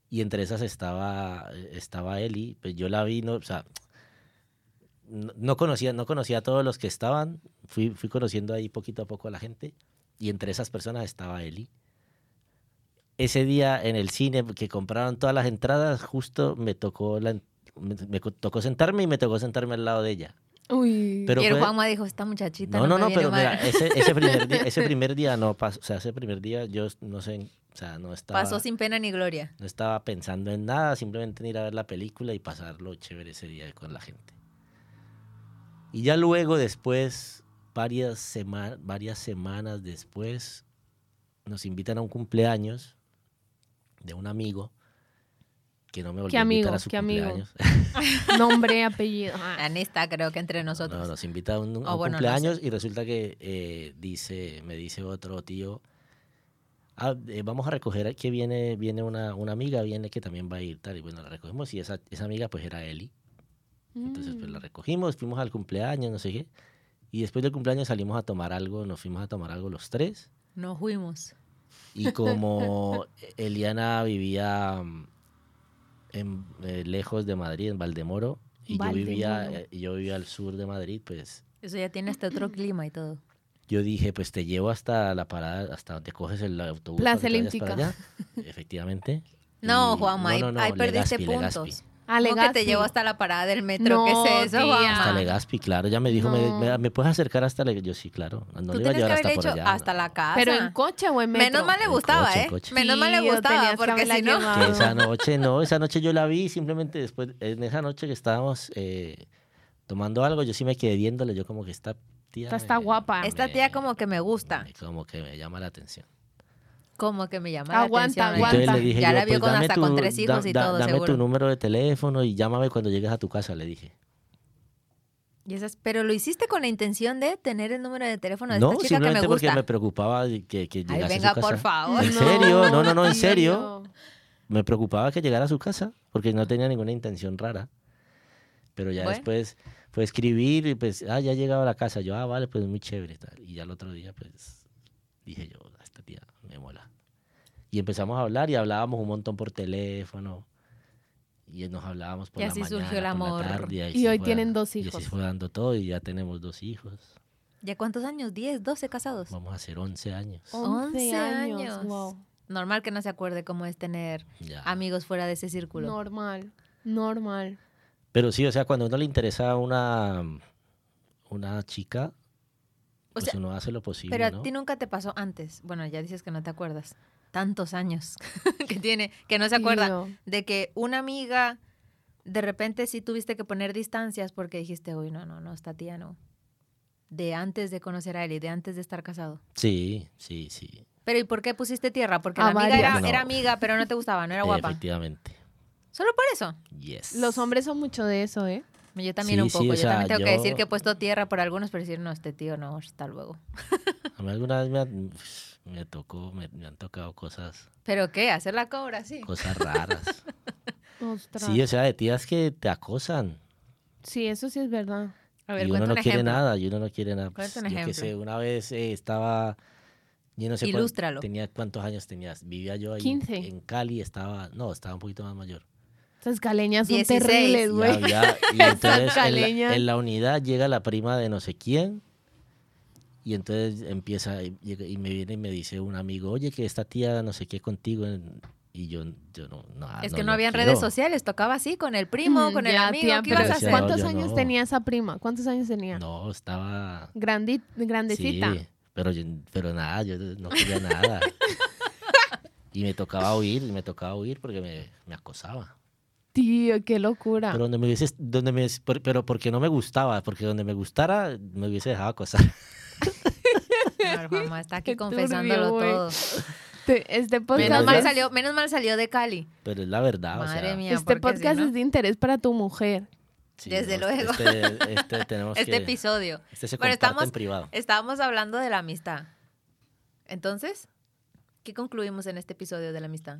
[SPEAKER 2] Y entre esas estaba, estaba Eli. Pues yo la vi, no, o sea, no, no conocía, no conocía a todos los que estaban. Fui, fui conociendo ahí poquito a poco a la gente. Y entre esas personas estaba Eli. Ese día en el cine que compraron todas las entradas, justo me tocó, la, en- me, me tocó sentarme y me tocó sentarme al lado de ella.
[SPEAKER 3] Uy.
[SPEAKER 2] Pero
[SPEAKER 4] y el
[SPEAKER 2] fue-
[SPEAKER 4] Juanma dijo, esta muchachita
[SPEAKER 2] no, no, no,
[SPEAKER 4] me viene
[SPEAKER 2] pero mira, eh,
[SPEAKER 4] mal".
[SPEAKER 2] ese, ese primer día, ese primer día no pasó. O sea, ese primer día yo no sé, o sea, no estaba,
[SPEAKER 4] Pasó sin pena ni gloria.
[SPEAKER 2] no estaba pensando en nada, simplemente en ir a ver la película y pasarlo chévere ese día con la gente. Y ya luego, después, varias, sema- varias semanas después, nos invitan a un cumpleaños de un amigo que no me volvió a
[SPEAKER 3] amigo?
[SPEAKER 2] invitar a su
[SPEAKER 3] ¿Qué amigo?
[SPEAKER 2] cumpleaños.
[SPEAKER 3] Nombre, apellido. Ah.
[SPEAKER 4] Anesta creo que entre
[SPEAKER 2] No,
[SPEAKER 4] nosotros.
[SPEAKER 2] nos invita a un, un
[SPEAKER 4] Ah, bueno, no
[SPEAKER 2] cumpleaños y resulta que eh, dice, me dice otro tío, "Ah, eh, vamos a recoger a- que viene, viene una, una amiga, viene que también va a ir tal. Y bueno, la recogimos y esa, esa amiga pues era Eli. Entonces pues la
[SPEAKER 3] Mm.
[SPEAKER 4] Mm.
[SPEAKER 2] recogimos, fuimos al cumpleaños, no sé qué. Y después del cumpleaños salimos a tomar algo, nos fuimos a tomar algo los tres.
[SPEAKER 4] Nos fuimos.
[SPEAKER 2] Y como Eliana vivía mm, en, eh, lejos de Madrid, en Valdemoro, y yo vivía,
[SPEAKER 3] Valdemoro.
[SPEAKER 2] eh, yo vivía al sur de Madrid, pues
[SPEAKER 4] Eso ya tiene hasta otro clima y todo.
[SPEAKER 2] yo dije, pues te llevo hasta la parada, hasta donde coges el autobús.
[SPEAKER 3] Plaza
[SPEAKER 2] para que te vayas
[SPEAKER 3] Olímpica.
[SPEAKER 2] para allá. Efectivamente.
[SPEAKER 4] No,
[SPEAKER 2] Y-
[SPEAKER 4] Juanma, ahí- ahí perdiste
[SPEAKER 2] Legazpi,
[SPEAKER 4] puntos.
[SPEAKER 2] Legazpi.
[SPEAKER 3] Ah,
[SPEAKER 4] ¿Cómo que te
[SPEAKER 3] Legazpi.
[SPEAKER 4] llevó hasta la parada del metro? ¿Qué
[SPEAKER 3] No,
[SPEAKER 4] es eso,
[SPEAKER 3] tía.
[SPEAKER 4] Juanma?
[SPEAKER 2] Hasta Legazpi, claro. Ya me dijo, me-
[SPEAKER 3] No.
[SPEAKER 2] me, me puedes acercar hasta Legazpi? Yo sí, claro. No
[SPEAKER 4] Tú
[SPEAKER 2] le iba
[SPEAKER 4] tienes que
[SPEAKER 2] a llevar
[SPEAKER 4] haber
[SPEAKER 2] hasta por
[SPEAKER 4] dicho
[SPEAKER 2] allá.
[SPEAKER 4] hasta la casa.
[SPEAKER 3] ¿Pero en coche o en metro?
[SPEAKER 4] Menos mal le
[SPEAKER 2] En
[SPEAKER 4] gustaba,
[SPEAKER 2] coche, en
[SPEAKER 4] ¿eh?
[SPEAKER 2] coche.
[SPEAKER 4] Menos mal le
[SPEAKER 3] Tío, tenías
[SPEAKER 4] gustaba,
[SPEAKER 3] que
[SPEAKER 4] porque
[SPEAKER 3] haberla
[SPEAKER 4] si no...
[SPEAKER 3] llevado.
[SPEAKER 2] Que esa noche no, esa noche yo la vi, simplemente después, en esa noche que estábamos eh, tomando algo, yo sí me quedé viéndole, yo como que esta tía...
[SPEAKER 3] Esta
[SPEAKER 2] me-
[SPEAKER 3] está guapa.
[SPEAKER 4] Esta
[SPEAKER 2] me-
[SPEAKER 4] tía como que me gusta.
[SPEAKER 2] me- Como que me llama la atención.
[SPEAKER 4] Como que me llama
[SPEAKER 3] Aguanta,
[SPEAKER 4] la atención.
[SPEAKER 3] aguanta.
[SPEAKER 2] Entonces le dije
[SPEAKER 4] ya
[SPEAKER 2] yo,
[SPEAKER 4] la vio
[SPEAKER 2] pues,
[SPEAKER 4] con
[SPEAKER 2] dame
[SPEAKER 4] hasta
[SPEAKER 2] tu-
[SPEAKER 4] con tres hijos
[SPEAKER 2] da-
[SPEAKER 4] y
[SPEAKER 2] da-
[SPEAKER 4] todo,
[SPEAKER 2] Dame
[SPEAKER 4] seguro.
[SPEAKER 2] tu número de teléfono y llámame cuando llegues a tu casa, le dije.
[SPEAKER 4] Y esas- pero lo hiciste con la intención de tener el número de teléfono de
[SPEAKER 2] No,
[SPEAKER 4] esta chica que
[SPEAKER 2] simplemente
[SPEAKER 4] me
[SPEAKER 2] porque
[SPEAKER 4] gusta.
[SPEAKER 2] me preocupaba de que, que
[SPEAKER 4] Ay,
[SPEAKER 2] llegase a
[SPEAKER 4] venga,
[SPEAKER 2] su casa.
[SPEAKER 4] por favor.
[SPEAKER 2] ¿En serio? No, no, no, en serio. Me preocupaba que llegara a su casa porque no tenía ninguna intención rara. Pero ya
[SPEAKER 4] Bueno.
[SPEAKER 2] después fue escribir y pues, ah, ya he llegado a la casa. Yo, ah, vale, pues muy chévere. tal. Y ya el otro día, pues, dije yo, "Ah, esta tía me mola. Y empezamos a hablar y hablábamos un montón por teléfono. Y nos hablábamos por
[SPEAKER 4] Y
[SPEAKER 2] la
[SPEAKER 4] así
[SPEAKER 2] mañana,
[SPEAKER 4] surgió el
[SPEAKER 2] por la
[SPEAKER 4] amor.
[SPEAKER 2] tarde,
[SPEAKER 3] Y
[SPEAKER 2] se
[SPEAKER 3] hoy
[SPEAKER 2] fue
[SPEAKER 3] tienen dos
[SPEAKER 2] Y así
[SPEAKER 3] hijos.
[SPEAKER 2] se fue dando todo y ya tenemos dos hijos.
[SPEAKER 4] ¿Ya cuántos años? ¿10, 12 casados?
[SPEAKER 2] Vamos a hacer 11 años.
[SPEAKER 4] 11
[SPEAKER 3] 11 años.
[SPEAKER 4] años.
[SPEAKER 3] Wow.
[SPEAKER 4] Normal que no se acuerde cómo es tener
[SPEAKER 2] Ya.
[SPEAKER 4] amigos fuera de ese círculo.
[SPEAKER 3] Normal. Normal.
[SPEAKER 2] Pero sí, o sea, cuando a uno le interesa una, una chica, pues
[SPEAKER 4] sea,
[SPEAKER 2] uno hace lo posible,
[SPEAKER 4] Pero
[SPEAKER 2] ¿no?
[SPEAKER 4] a ti nunca te pasó antes. Bueno, ya dices que no te acuerdas. Tantos años que tiene, que no se acuerda.
[SPEAKER 3] Tío.
[SPEAKER 4] De que una amiga, de repente sí tuviste que poner distancias porque dijiste, uy, no, no, no, esta tía no. De antes de conocer a él y de antes de estar casado.
[SPEAKER 2] Sí, sí, sí.
[SPEAKER 4] Pero ¿y por qué pusiste tierra? Porque
[SPEAKER 3] A
[SPEAKER 4] la amiga era,
[SPEAKER 2] varias.
[SPEAKER 4] era
[SPEAKER 2] No.
[SPEAKER 4] amiga, pero no te gustaba, no era guapa.
[SPEAKER 2] Efectivamente.
[SPEAKER 4] Solo por eso.
[SPEAKER 2] Yes.
[SPEAKER 3] Los hombres son mucho de eso, ¿eh?
[SPEAKER 4] Yo también
[SPEAKER 2] Sí,
[SPEAKER 4] un
[SPEAKER 2] sí,
[SPEAKER 4] poco.
[SPEAKER 2] o
[SPEAKER 4] yo
[SPEAKER 2] sea,
[SPEAKER 4] también tengo que
[SPEAKER 2] yo-
[SPEAKER 4] decir que he puesto tierra por algunos, pero decir, no, este tío no, hasta luego.
[SPEAKER 2] A mí alguna vez me, han- me tocó, me, me han tocado cosas,
[SPEAKER 4] ¿Pero qué? ¿Hacer la cobra? Sí.
[SPEAKER 2] cosas raras.
[SPEAKER 3] Ostras.
[SPEAKER 2] sí, o sea, de tías que te acosan.
[SPEAKER 3] Sí, eso sí es verdad.
[SPEAKER 4] A ver,
[SPEAKER 2] y uno
[SPEAKER 4] cuenta
[SPEAKER 2] no
[SPEAKER 4] un
[SPEAKER 2] quiere
[SPEAKER 4] ejemplo.
[SPEAKER 2] nada, y uno no quiere nada.
[SPEAKER 4] Cuenta
[SPEAKER 2] Pues,
[SPEAKER 4] un
[SPEAKER 2] yo qué
[SPEAKER 4] ejemplo.
[SPEAKER 2] sé, una vez eh, estaba, yo no sé cuán-
[SPEAKER 4] Ilústralo.
[SPEAKER 2] tenía cuántos años tenías, vivía yo ahí
[SPEAKER 3] 15.
[SPEAKER 2] en Cali, estaba, no, estaba un poquito más mayor.
[SPEAKER 3] Esas caleñas son
[SPEAKER 4] 16.
[SPEAKER 3] terribles,
[SPEAKER 2] Y
[SPEAKER 4] Pues,
[SPEAKER 3] güey.
[SPEAKER 2] había- y entonces en la,
[SPEAKER 3] caleñas.
[SPEAKER 2] en la unidad llega la prima de no sé quién. Y entonces empieza y, llega- y me viene y me dice un amigo, oye, que esta tía no sé qué contigo. en- Y yo, yo no, Ah, no,
[SPEAKER 4] Es que no había
[SPEAKER 2] había
[SPEAKER 4] redes sociales, tocaba así, con el primo,
[SPEAKER 3] Mm,
[SPEAKER 4] con el
[SPEAKER 3] ya,
[SPEAKER 4] amigo.
[SPEAKER 3] tía,
[SPEAKER 4] ¿Qué
[SPEAKER 3] pero
[SPEAKER 4] ibas a
[SPEAKER 2] Yo
[SPEAKER 4] hacer?
[SPEAKER 2] decía,
[SPEAKER 3] ¿Cuántos
[SPEAKER 2] yo
[SPEAKER 3] años
[SPEAKER 2] no.
[SPEAKER 3] tenía esa prima? ¿Cuántos años tenía?
[SPEAKER 2] No, estaba...
[SPEAKER 3] Grandi-
[SPEAKER 2] Sí,
[SPEAKER 3] grandecita.
[SPEAKER 2] pero, yo- pero nada, yo no quería nada. y me tocaba huir, me tocaba huir porque me, me acosaba.
[SPEAKER 3] Tío, qué locura.
[SPEAKER 2] Pero donde me hubiese, donde me, por- pero porque no me gustaba, porque donde me gustara me hubiese dejado acosar.
[SPEAKER 4] No, Juanma está aquí
[SPEAKER 3] Qué turbio,
[SPEAKER 4] confesándolo
[SPEAKER 3] güey.
[SPEAKER 4] todo.
[SPEAKER 3] Te- este podcast,
[SPEAKER 4] Menos mal
[SPEAKER 3] es,
[SPEAKER 4] salió, menos mal salió de Cali.
[SPEAKER 2] Pero es la verdad, o
[SPEAKER 4] Madre
[SPEAKER 2] sea,
[SPEAKER 4] mía,
[SPEAKER 3] este
[SPEAKER 4] porque si
[SPEAKER 3] podcast
[SPEAKER 4] no-
[SPEAKER 3] es de interés para tu mujer.
[SPEAKER 2] Sí,
[SPEAKER 4] Desde
[SPEAKER 2] no,
[SPEAKER 4] luego.
[SPEAKER 2] Este, este tenemos
[SPEAKER 4] este
[SPEAKER 2] que-
[SPEAKER 4] episodio.
[SPEAKER 2] Este se
[SPEAKER 4] Bueno,
[SPEAKER 2] comparte
[SPEAKER 4] estamos-
[SPEAKER 2] en privado.
[SPEAKER 4] Estábamos hablando de la amistad. Entonces, ¿qué concluimos en este episodio de la amistad?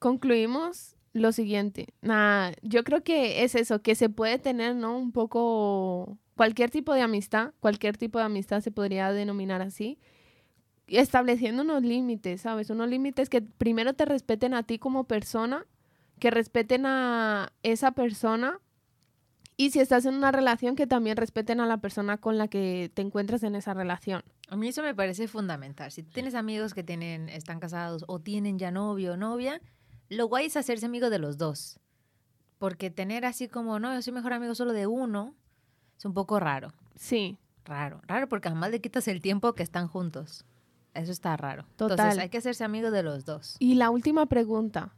[SPEAKER 3] Concluimos lo siguiente. Nah, yo creo que es eso, que se puede tener, ¿no? Un poco cualquier tipo de amistad, cualquier tipo de amistad se podría denominar así, estableciendo unos límites, ¿sabes? Unos límites que primero te respeten a ti como persona que respeten a esa persona y si estás en una relación, que también respeten a la persona con la que te encuentras en esa relación.
[SPEAKER 4] A mí eso me parece fundamental. Si tienes amigos que tienen, están casados o tienen ya novio o novia, lo guay es hacerse amigo de los dos. Porque tener así como, no, yo soy mejor amigo solo de uno, es un poco raro.
[SPEAKER 3] Sí,
[SPEAKER 4] Raro, raro, porque además le quitas el tiempo que están juntos. Eso está raro.
[SPEAKER 3] Total.
[SPEAKER 4] Entonces hay que hacerse amigo de los dos.
[SPEAKER 3] Y la última pregunta.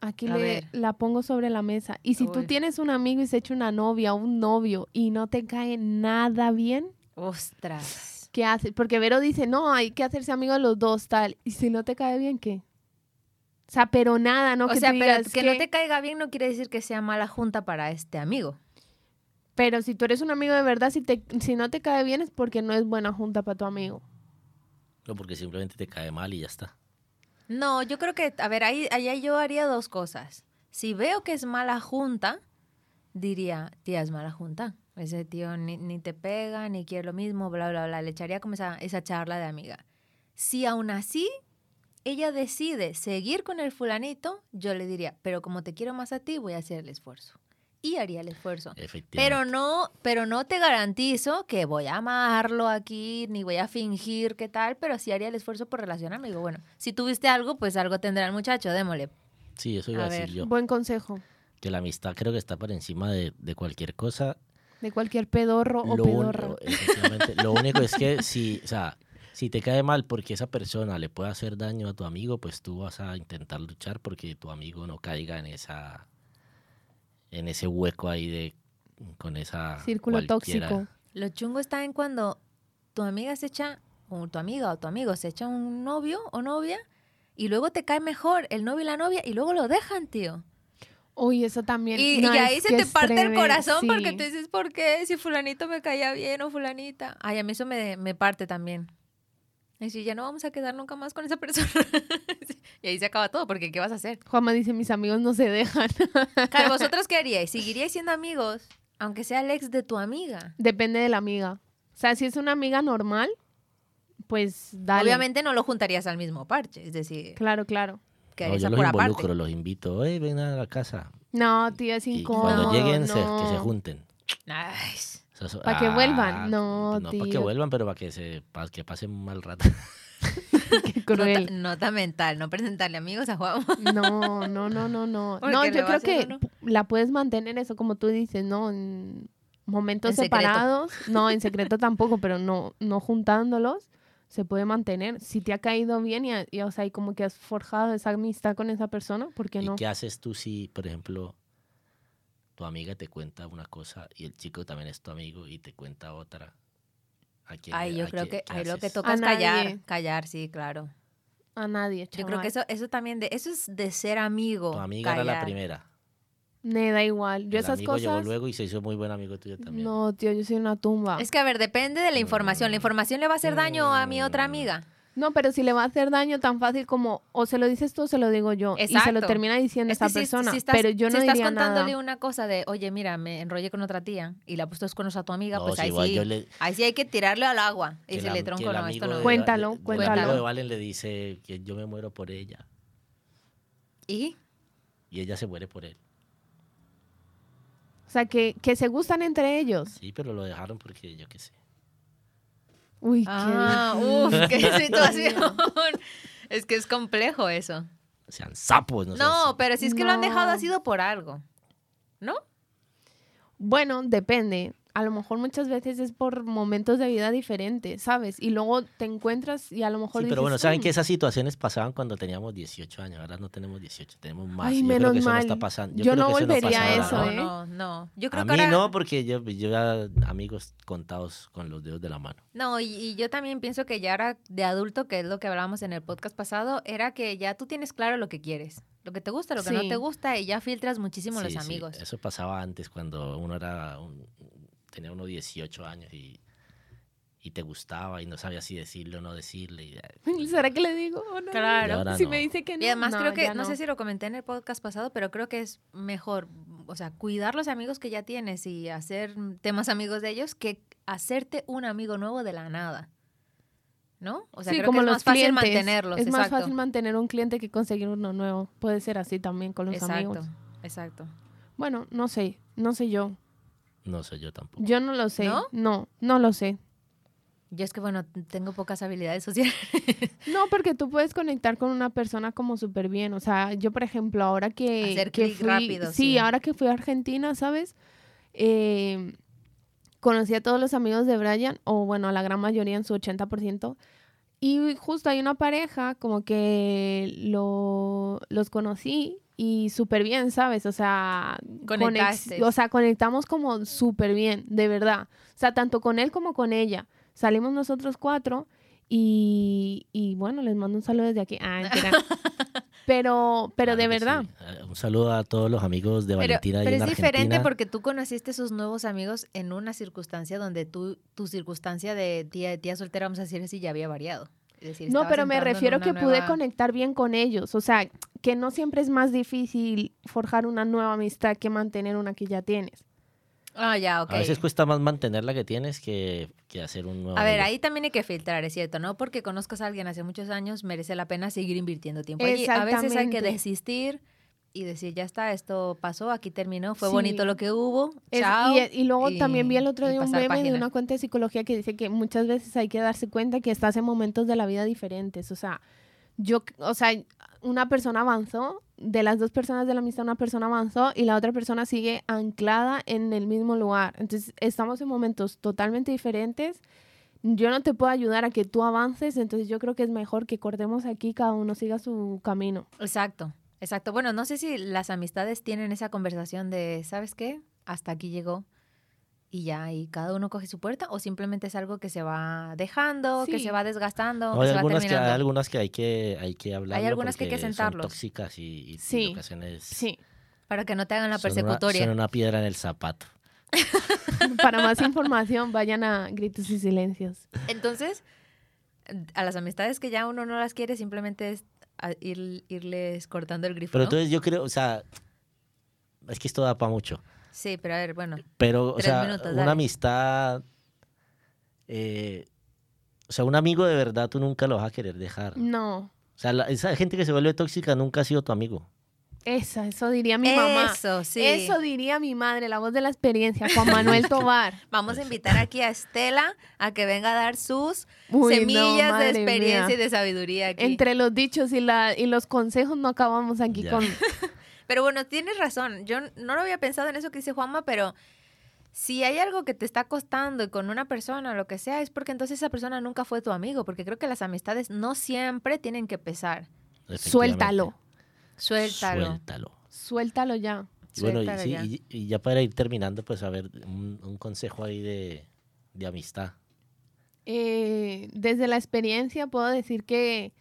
[SPEAKER 3] Aquí
[SPEAKER 4] A
[SPEAKER 3] le-
[SPEAKER 4] ver.
[SPEAKER 3] la pongo sobre la mesa. Y si tú
[SPEAKER 4] Uy.
[SPEAKER 3] tienes un amigo y se echa una novia o un novio y no te cae nada bien,
[SPEAKER 4] Ostras.
[SPEAKER 3] ¿qué haces? Porque Vero dice, no, hay que hacerse amigo de los dos, tal. Y si no te cae bien, ¿qué? O sea, pero nada, ¿no?
[SPEAKER 4] o
[SPEAKER 3] que
[SPEAKER 4] sea,
[SPEAKER 3] tú
[SPEAKER 4] pero
[SPEAKER 3] digas
[SPEAKER 4] que no
[SPEAKER 3] que-
[SPEAKER 4] te caiga bien no quiere decir que sea mala junta para este amigo.
[SPEAKER 3] Pero si tú eres un amigo de verdad, si, te, si no te cae bien es porque no es buena junta para tu amigo.
[SPEAKER 2] No, porque simplemente te cae mal y ya está.
[SPEAKER 4] No, yo creo que, a ver, ahí, allá yo haría dos cosas. Si veo que es mala junta, diría, tía, es mala junta. Ese tío ni, ni te pega, ni quiere lo mismo, bla, bla, bla. Le echaría como esa, esa charla de amiga. Si aún así ella decide seguir con el fulanito, yo le diría, pero como te quiero más a ti, voy a hacer el esfuerzo. Y haría el esfuerzo. Pero
[SPEAKER 2] Efectivamente.
[SPEAKER 4] no, pero no te garantizo que voy a amarlo aquí, ni voy a fingir qué tal, pero sí haría el esfuerzo por relacionarme. Digo, bueno, si tuviste algo, pues algo tendrá el muchacho, démosle.
[SPEAKER 2] Sí, eso iba a,
[SPEAKER 4] a
[SPEAKER 2] decir
[SPEAKER 4] ver,
[SPEAKER 2] yo.
[SPEAKER 3] Buen consejo.
[SPEAKER 2] Que la amistad creo que está por encima de, de cualquier cosa.
[SPEAKER 3] De cualquier pedorro o
[SPEAKER 2] lo, eh, un-
[SPEAKER 3] pedorra.
[SPEAKER 2] lo- efectivamente, lo único es que si, o sea, si te cae mal porque esa persona le puede hacer daño a tu amigo, pues tú vas a intentar luchar porque tu amigo no caiga en esa en ese hueco ahí de con esa
[SPEAKER 3] Círculo
[SPEAKER 2] cualquiera.
[SPEAKER 3] tóxico.
[SPEAKER 4] Lo chungo está en cuando tu amiga se echa, o tu amiga o tu amigo se echa un novio o novia, y luego te cae mejor el novio y la novia, y luego lo dejan, tío.
[SPEAKER 3] Uy, eso también.
[SPEAKER 4] Y,
[SPEAKER 3] No,
[SPEAKER 4] y ahí
[SPEAKER 3] es
[SPEAKER 4] se
[SPEAKER 3] que
[SPEAKER 4] te
[SPEAKER 3] es
[SPEAKER 4] parte el
[SPEAKER 3] tremen-
[SPEAKER 4] corazón
[SPEAKER 3] sí.
[SPEAKER 4] porque tú dices, ¿por qué? Si fulanito me caía bien o fulanita. Ay, a mí eso me, me parte también. Y si ya no vamos a quedar nunca más con esa persona. y ahí se acaba todo, porque ¿qué vas a hacer?
[SPEAKER 3] Juanma dice, mis amigos no se dejan.
[SPEAKER 4] Claro, ¿vosotros qué haríais? ¿Seguiríais siendo amigos? Aunque sea el ex de tu amiga.
[SPEAKER 3] Depende de la amiga. O sea, si es una amiga normal, pues dale.
[SPEAKER 4] Obviamente no lo juntarías al mismo parche. Es decir,
[SPEAKER 3] Claro, claro.
[SPEAKER 4] que
[SPEAKER 2] No,
[SPEAKER 4] harías
[SPEAKER 2] yo los
[SPEAKER 4] por aparte.
[SPEAKER 2] involucro, los invito, "Ey, ven a la casa.
[SPEAKER 3] No, tío, es
[SPEAKER 2] Y
[SPEAKER 3] incómodo.
[SPEAKER 2] cuando lleguen, se-
[SPEAKER 3] no.
[SPEAKER 2] que se junten.
[SPEAKER 4] Ay,
[SPEAKER 3] Pa' que
[SPEAKER 2] ah,
[SPEAKER 3] vuelvan. No,
[SPEAKER 2] para pues que
[SPEAKER 3] tío.
[SPEAKER 2] vuelvan, pero para que, se, pa' que pasen un mal rato.
[SPEAKER 3] Qué
[SPEAKER 4] nota,
[SPEAKER 3] cruel.
[SPEAKER 4] nota mental, no presentarle amigos a Juan.
[SPEAKER 3] No, no, no, no, no.
[SPEAKER 4] Porque
[SPEAKER 3] No,
[SPEAKER 4] le
[SPEAKER 3] yo
[SPEAKER 4] va
[SPEAKER 3] creo
[SPEAKER 4] a hacer
[SPEAKER 3] que
[SPEAKER 4] uno.
[SPEAKER 3] la puedes mantener eso, como tú dices, ¿no? En momentos
[SPEAKER 4] En secreto.
[SPEAKER 3] separados. No, en secreto tampoco, pero no, no juntándolos. Se puede mantener. Si te ha caído bien y, y, o sea, y como que has forjado esa amistad con esa persona, ¿por qué
[SPEAKER 2] ¿Y
[SPEAKER 3] no?
[SPEAKER 2] qué haces tú si, por ejemplo, tu amiga te cuenta una cosa y el chico también es tu amigo y te cuenta otra? ¿A quién
[SPEAKER 4] Ay,
[SPEAKER 2] le-
[SPEAKER 4] yo
[SPEAKER 2] a
[SPEAKER 4] creo
[SPEAKER 2] quién-
[SPEAKER 4] que
[SPEAKER 2] qué
[SPEAKER 4] ahí lo que
[SPEAKER 2] haces?
[SPEAKER 4] toca
[SPEAKER 3] A
[SPEAKER 4] es callar.
[SPEAKER 3] nadie.
[SPEAKER 4] Callar, sí, claro.
[SPEAKER 3] A nadie,
[SPEAKER 4] Yo creo que
[SPEAKER 3] chaval.
[SPEAKER 4] eso, eso también de, eso es de ser amigo.
[SPEAKER 2] Tu amiga era la
[SPEAKER 4] callar.
[SPEAKER 2] primera.
[SPEAKER 3] Me da igual. Yo
[SPEAKER 2] el
[SPEAKER 3] esas
[SPEAKER 2] amigo llegó
[SPEAKER 3] cosas.
[SPEAKER 2] luego y se hizo muy buen amigo tuyo
[SPEAKER 4] Mm,
[SPEAKER 2] también.
[SPEAKER 3] No, tío, yo soy una tumba.
[SPEAKER 4] Es que a ver, depende de la información.
[SPEAKER 2] Mm.
[SPEAKER 4] ¿La información le va a hacer daño a mi otra amiga?
[SPEAKER 3] No, pero si le va a hacer daño tan fácil como o se lo dices tú o se lo digo yo. Y se lo
[SPEAKER 4] Exacto.
[SPEAKER 3] termina diciendo
[SPEAKER 4] Es
[SPEAKER 3] esa
[SPEAKER 4] que si-
[SPEAKER 3] persona.
[SPEAKER 4] si estás-
[SPEAKER 3] pero yo
[SPEAKER 4] si
[SPEAKER 3] no
[SPEAKER 4] estás
[SPEAKER 3] diría nada.
[SPEAKER 4] contándole una cosa de, oye, mira, me enrollé con otra tía y la puso con a tu amiga,
[SPEAKER 2] No,
[SPEAKER 4] pues
[SPEAKER 2] si
[SPEAKER 4] ahí
[SPEAKER 2] igual
[SPEAKER 4] sí.
[SPEAKER 2] yo le-
[SPEAKER 4] Ahí sí hay que tirarle al agua.
[SPEAKER 2] Que
[SPEAKER 4] Y
[SPEAKER 2] el
[SPEAKER 4] se le
[SPEAKER 2] am- que
[SPEAKER 4] tronco,
[SPEAKER 2] el
[SPEAKER 4] no,
[SPEAKER 2] amigo
[SPEAKER 4] esto no.
[SPEAKER 2] de-
[SPEAKER 3] Cuéntalo,
[SPEAKER 2] de- del
[SPEAKER 3] cuéntalo.
[SPEAKER 2] amigo de Valen le dice que yo me muero por ella
[SPEAKER 4] ¿Y?
[SPEAKER 2] y ella se muere por él.
[SPEAKER 3] O sea, que, que se gustan entre ellos.
[SPEAKER 2] Sí, pero lo dejaron porque yo qué sé.
[SPEAKER 3] Uy, qué
[SPEAKER 4] Ah, uff, qué situación. es que es complejo eso.
[SPEAKER 2] Sean sapos, no,
[SPEAKER 4] No,
[SPEAKER 2] sean sapos.
[SPEAKER 4] pero si es que lo han dejado
[SPEAKER 3] No.
[SPEAKER 4] ha sido por algo. ¿No?
[SPEAKER 3] Bueno, depende. A lo mejor muchas veces es por momentos de vida diferentes, ¿sabes? Y luego te encuentras y a lo mejor
[SPEAKER 2] Sí,
[SPEAKER 3] dices,
[SPEAKER 2] pero bueno, saben
[SPEAKER 3] "Mm,
[SPEAKER 2] que esas situaciones pasaban cuando teníamos 18 años, ahora no tenemos 18, tenemos más.
[SPEAKER 3] Ay,
[SPEAKER 2] y yo creo
[SPEAKER 3] menos
[SPEAKER 2] que eso no
[SPEAKER 3] mal.
[SPEAKER 2] está pasando.
[SPEAKER 3] Yo
[SPEAKER 2] creo
[SPEAKER 3] no
[SPEAKER 2] que
[SPEAKER 3] volvería a
[SPEAKER 2] pasa
[SPEAKER 3] eso,
[SPEAKER 2] ahora,
[SPEAKER 4] no,
[SPEAKER 2] ¿no?
[SPEAKER 3] ¿eh?
[SPEAKER 4] no, no. Yo creo
[SPEAKER 2] a
[SPEAKER 4] que
[SPEAKER 2] mí
[SPEAKER 4] ahora-
[SPEAKER 2] no, porque yo, pues, yo ya amigos contados con los dedos de la mano.
[SPEAKER 4] No, y, y yo también pienso que ya ahora de adulto, que es lo que hablábamos en el podcast pasado, era que ya tú tienes claro lo que quieres, lo que te gusta, lo que no
[SPEAKER 3] Sí.
[SPEAKER 4] te gusta, y ya filtras muchísimo
[SPEAKER 2] Sí,
[SPEAKER 4] los
[SPEAKER 2] sí,
[SPEAKER 4] amigos.
[SPEAKER 2] Eso pasaba antes cuando uno era un- tenía unos 18 años y, y te gustaba y no sabía si decirle o no decirle. y-
[SPEAKER 3] ¿Será que le digo? o no?
[SPEAKER 4] Claro.
[SPEAKER 2] Y ahora
[SPEAKER 3] Si
[SPEAKER 2] no.
[SPEAKER 3] me dice que no.
[SPEAKER 4] Y además
[SPEAKER 3] no,
[SPEAKER 4] creo que,
[SPEAKER 3] ya
[SPEAKER 4] no. sé si lo comenté en el podcast pasado, pero creo que es mejor, o sea, cuidar los amigos que ya tienes y hacer temas amigos de ellos que hacerte un amigo nuevo de la nada. ¿no? O sea, creo que es más fácil mantenerlos.
[SPEAKER 3] Es
[SPEAKER 4] exacto.
[SPEAKER 3] más fácil mantener un cliente que conseguir uno nuevo. Puede ser así también con los
[SPEAKER 4] exacto,
[SPEAKER 3] amigos.
[SPEAKER 4] exacto.
[SPEAKER 3] Bueno, no sé, no sé yo.
[SPEAKER 2] No sé yo tampoco.
[SPEAKER 3] Yo no lo sé.
[SPEAKER 4] ¿No?
[SPEAKER 3] no, no lo sé.
[SPEAKER 4] Yo es que, bueno, tengo pocas habilidades sociales.
[SPEAKER 3] No, porque tú puedes conectar con una persona como súper bien. O sea, yo, por ejemplo, ahora que.
[SPEAKER 4] Hacer
[SPEAKER 3] que
[SPEAKER 4] clic rápido,
[SPEAKER 3] Sí,
[SPEAKER 4] sí.
[SPEAKER 3] ahora que fui a Argentina, ¿sabes? Eh, conocí a todos los amigos de Brian, o bueno, a la gran mayoría en su 80%. Y justo hay una pareja, como que lo- los conocí y súper bien, ¿sabes? O sea,
[SPEAKER 4] Conectaste.
[SPEAKER 3] conex- o sea, conectamos como súper bien, de verdad. O sea, tanto con él como con ella. Salimos nosotros cuatro y, y bueno, les mando un saludo desde aquí. Ah, mentira. pero, pero
[SPEAKER 2] Claro
[SPEAKER 3] de
[SPEAKER 2] que
[SPEAKER 3] verdad.
[SPEAKER 2] sí. Eh, Un saludo a todos los amigos de
[SPEAKER 4] Pero,
[SPEAKER 2] Valentina. allá
[SPEAKER 4] pero
[SPEAKER 2] en
[SPEAKER 4] es diferente
[SPEAKER 2] Argentina.
[SPEAKER 4] porque tú conociste esos nuevos amigos en una circunstancia donde tú, tu circunstancia de tía, tía soltera, vamos a decir así, ya había variado. Es decir,
[SPEAKER 3] No,
[SPEAKER 4] estabas
[SPEAKER 3] pero me
[SPEAKER 4] entrando en
[SPEAKER 3] refiero
[SPEAKER 4] una
[SPEAKER 3] que pude
[SPEAKER 4] nueva-
[SPEAKER 3] conectar bien con ellos. O sea, que no siempre es más difícil forjar una nueva amistad que mantener una que ya tienes.
[SPEAKER 4] Ah, ya, ok.
[SPEAKER 2] A veces cuesta más mantener la que tienes que, que hacer un nuevo.
[SPEAKER 4] A ver,
[SPEAKER 2] amigo.
[SPEAKER 4] ahí también hay que filtrar, es cierto, ¿no? Porque conozcas a alguien hace muchos años, merece la pena seguir invirtiendo tiempo allí. A veces hay que
[SPEAKER 3] Exactamente.
[SPEAKER 4] desistir y decir, ya está, esto pasó, aquí terminó, fue
[SPEAKER 3] Sí.
[SPEAKER 4] bonito lo que hubo,
[SPEAKER 3] Es-
[SPEAKER 4] chao. eh,
[SPEAKER 3] y, e, y luego también vi el otro
[SPEAKER 4] y
[SPEAKER 3] día un
[SPEAKER 4] pasar
[SPEAKER 3] meme de
[SPEAKER 4] página.
[SPEAKER 3] una cuenta de psicología que dice que muchas veces hay que darse cuenta que estás en momentos de la vida diferentes. O sea, yo, o sea, una persona avanzó, de las dos personas de la amistad, una persona avanzó y la otra persona sigue anclada en el mismo lugar. Entonces, estamos en momentos totalmente diferentes. Yo no te puedo ayudar a que tú avances, entonces yo creo que es mejor que cortemos aquí, cada uno siga su camino.
[SPEAKER 4] Exacto, exacto. Bueno, no sé si las amistades tienen esa conversación de, ¿sabes qué? Hasta aquí llegó y ya, y cada uno coge su puerta, o simplemente es algo que se va dejando, que
[SPEAKER 3] Sí.
[SPEAKER 4] se va desgastando,
[SPEAKER 2] No,
[SPEAKER 4] que
[SPEAKER 2] hay,
[SPEAKER 4] se va
[SPEAKER 2] algunas que, hay
[SPEAKER 4] terminando.
[SPEAKER 2] algunas que hay que, hay que hablar.
[SPEAKER 4] algunas que hay que sentarlos.
[SPEAKER 2] Son tóxicas y, y- y
[SPEAKER 3] Sí.
[SPEAKER 2] ocasiones.
[SPEAKER 3] Sí.
[SPEAKER 4] Para que no te hagan la
[SPEAKER 2] son una-
[SPEAKER 4] persecutoria.
[SPEAKER 2] Son una, piedra en el zapato.
[SPEAKER 3] Para más información, vayan a Gritos y Silencios.
[SPEAKER 4] Entonces, a las amistades que ya uno no las quiere, simplemente es a- ir- irles cortando el grifo.
[SPEAKER 2] Pero
[SPEAKER 4] ¿no?
[SPEAKER 2] entonces yo creo, o sea, es que esto da para mucho.
[SPEAKER 4] Sí, pero a ver, bueno.
[SPEAKER 2] Pero, o
[SPEAKER 4] Tres
[SPEAKER 2] sea,
[SPEAKER 4] minutos,
[SPEAKER 2] una
[SPEAKER 4] dale.
[SPEAKER 2] amistad. eh, o sea, un amigo de verdad tú nunca lo vas a querer dejar.
[SPEAKER 3] No,
[SPEAKER 2] O sea, la- esa gente que se vuelve tóxica nunca ha sido tu amigo.
[SPEAKER 3] Esa, eso diría mi mamá.
[SPEAKER 4] Eso, sí.
[SPEAKER 3] Eso diría mi madre, la voz de la experiencia, Juan Manuel Tobar.
[SPEAKER 4] Vamos a invitar aquí a Estela a que venga a dar sus
[SPEAKER 3] Uy, no,
[SPEAKER 4] semillas de
[SPEAKER 3] madre
[SPEAKER 4] experiencia
[SPEAKER 3] mía.
[SPEAKER 4] y de sabiduría aquí.
[SPEAKER 3] Entre los dichos y, la, y los consejos no acabamos aquí
[SPEAKER 2] Ya.
[SPEAKER 3] con...
[SPEAKER 4] Pero bueno, tienes razón. Yo no lo había pensado en eso que dice Juanma, pero si hay algo que te está costando y con una persona o lo que sea, es porque entonces esa persona nunca fue tu amigo, porque creo que las amistades no siempre tienen que pesar.
[SPEAKER 2] efectivamente.
[SPEAKER 3] Suéltalo,
[SPEAKER 4] Suéltalo.
[SPEAKER 2] Suéltalo.
[SPEAKER 3] suéltalo ya.
[SPEAKER 2] Y bueno, y,
[SPEAKER 4] Suéltalo
[SPEAKER 2] sí,
[SPEAKER 4] ya.
[SPEAKER 2] y- y ya para ir terminando, pues a ver, un, un consejo ahí de, de amistad.
[SPEAKER 3] Eh, desde la experiencia puedo decir que,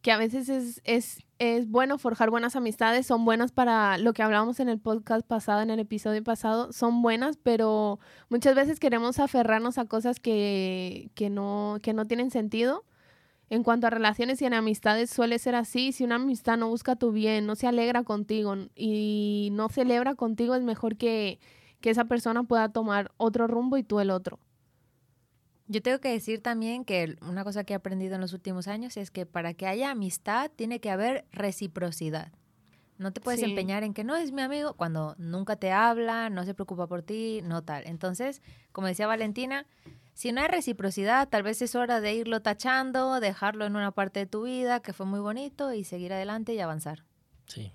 [SPEAKER 3] que a veces es, es, es bueno forjar buenas amistades, son buenas para lo que hablábamos en el podcast pasado, en el episodio pasado, son buenas, pero muchas veces queremos aferrarnos a cosas que, que, no, que no tienen sentido. En cuanto a relaciones y en amistades suele ser así, si una amistad no busca tu bien, no se alegra contigo y no celebra contigo, es mejor que, que esa persona pueda tomar otro rumbo y tú el otro.
[SPEAKER 4] Yo tengo que decir también que el- una cosa que he aprendido en los últimos años es que para que haya amistad tiene que haber reciprocidad. No te puedes
[SPEAKER 3] Sí.
[SPEAKER 4] empeñar en que no es mi amigo cuando nunca te habla, no se preocupa por ti, no tal. Entonces, como decía Valentina, si no hay reciprocidad, tal vez es hora de irlo tachando, dejarlo en una parte de tu vida que fue muy bonito y seguir adelante y avanzar.
[SPEAKER 2] Sí.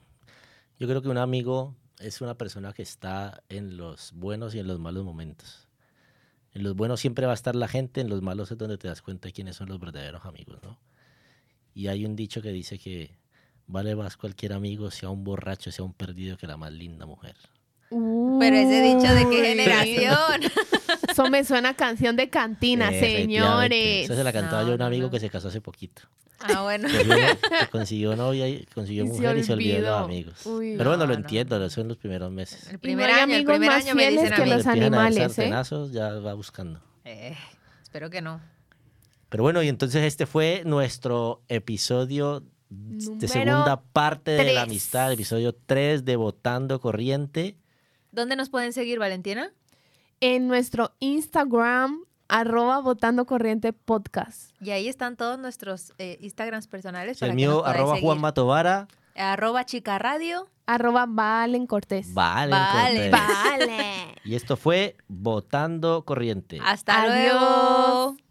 [SPEAKER 2] Yo creo que un amigo es una persona que está en los buenos y en los malos momentos. En los buenos siempre va a estar la gente, en los malos es donde te das cuenta de quiénes son los verdaderos amigos, ¿no? Y hay un dicho que dice que vale más cualquier amigo, sea un borracho, sea un perdido, que la más linda mujer.
[SPEAKER 4] Pero ese dicho de qué
[SPEAKER 3] Uy.
[SPEAKER 4] generación.
[SPEAKER 3] Eso me suena a canción de cantina,
[SPEAKER 2] Efectivamente.
[SPEAKER 3] señores.
[SPEAKER 2] Eso se la cantaba
[SPEAKER 4] No,
[SPEAKER 2] yo a un
[SPEAKER 4] no,
[SPEAKER 2] amigo
[SPEAKER 4] no.
[SPEAKER 2] que se casó hace poquito.
[SPEAKER 4] ah, bueno.
[SPEAKER 2] Cogió Pues no- que consiguió novia, y consiguió
[SPEAKER 3] Y se
[SPEAKER 2] mujer y se olvidó de los
[SPEAKER 3] olvidó.
[SPEAKER 2] amigos.
[SPEAKER 3] Uy,
[SPEAKER 2] Pero bueno,
[SPEAKER 4] no,
[SPEAKER 2] lo
[SPEAKER 4] no.
[SPEAKER 2] entiendo, eso en los primeros meses.
[SPEAKER 4] El primer
[SPEAKER 3] Y no hay
[SPEAKER 4] año, el
[SPEAKER 3] amigos
[SPEAKER 4] primer
[SPEAKER 3] más
[SPEAKER 4] año me
[SPEAKER 3] fieles
[SPEAKER 4] dicen a
[SPEAKER 3] que
[SPEAKER 4] mí.
[SPEAKER 3] los
[SPEAKER 2] Le empiezan a dar
[SPEAKER 3] animales, ¿eh?
[SPEAKER 2] sartenazos, ya va buscando.
[SPEAKER 4] Eh, espero que no.
[SPEAKER 2] Pero bueno, y entonces este fue nuestro episodio de
[SPEAKER 3] Número
[SPEAKER 2] segunda parte de
[SPEAKER 3] tres.
[SPEAKER 2] la amistad, episodio 3 de Votando Corriente.
[SPEAKER 4] ¿Dónde nos pueden seguir, Valentina?
[SPEAKER 3] En nuestro Instagram, arroba votando corriente podcast.
[SPEAKER 4] Y ahí están todos nuestros eh, Instagrams personales. para
[SPEAKER 2] El
[SPEAKER 4] que nos
[SPEAKER 2] mío,
[SPEAKER 4] podáis
[SPEAKER 2] arroba
[SPEAKER 4] seguir.
[SPEAKER 2] Juan Matovara.
[SPEAKER 4] Arroba chica radio.
[SPEAKER 3] Arroba Valen Cortés.
[SPEAKER 2] Vale.
[SPEAKER 4] Vale,
[SPEAKER 2] Cortés.
[SPEAKER 4] vale.
[SPEAKER 2] Y esto fue Votando Corriente.
[SPEAKER 4] Hasta
[SPEAKER 3] Adiós.
[SPEAKER 4] luego.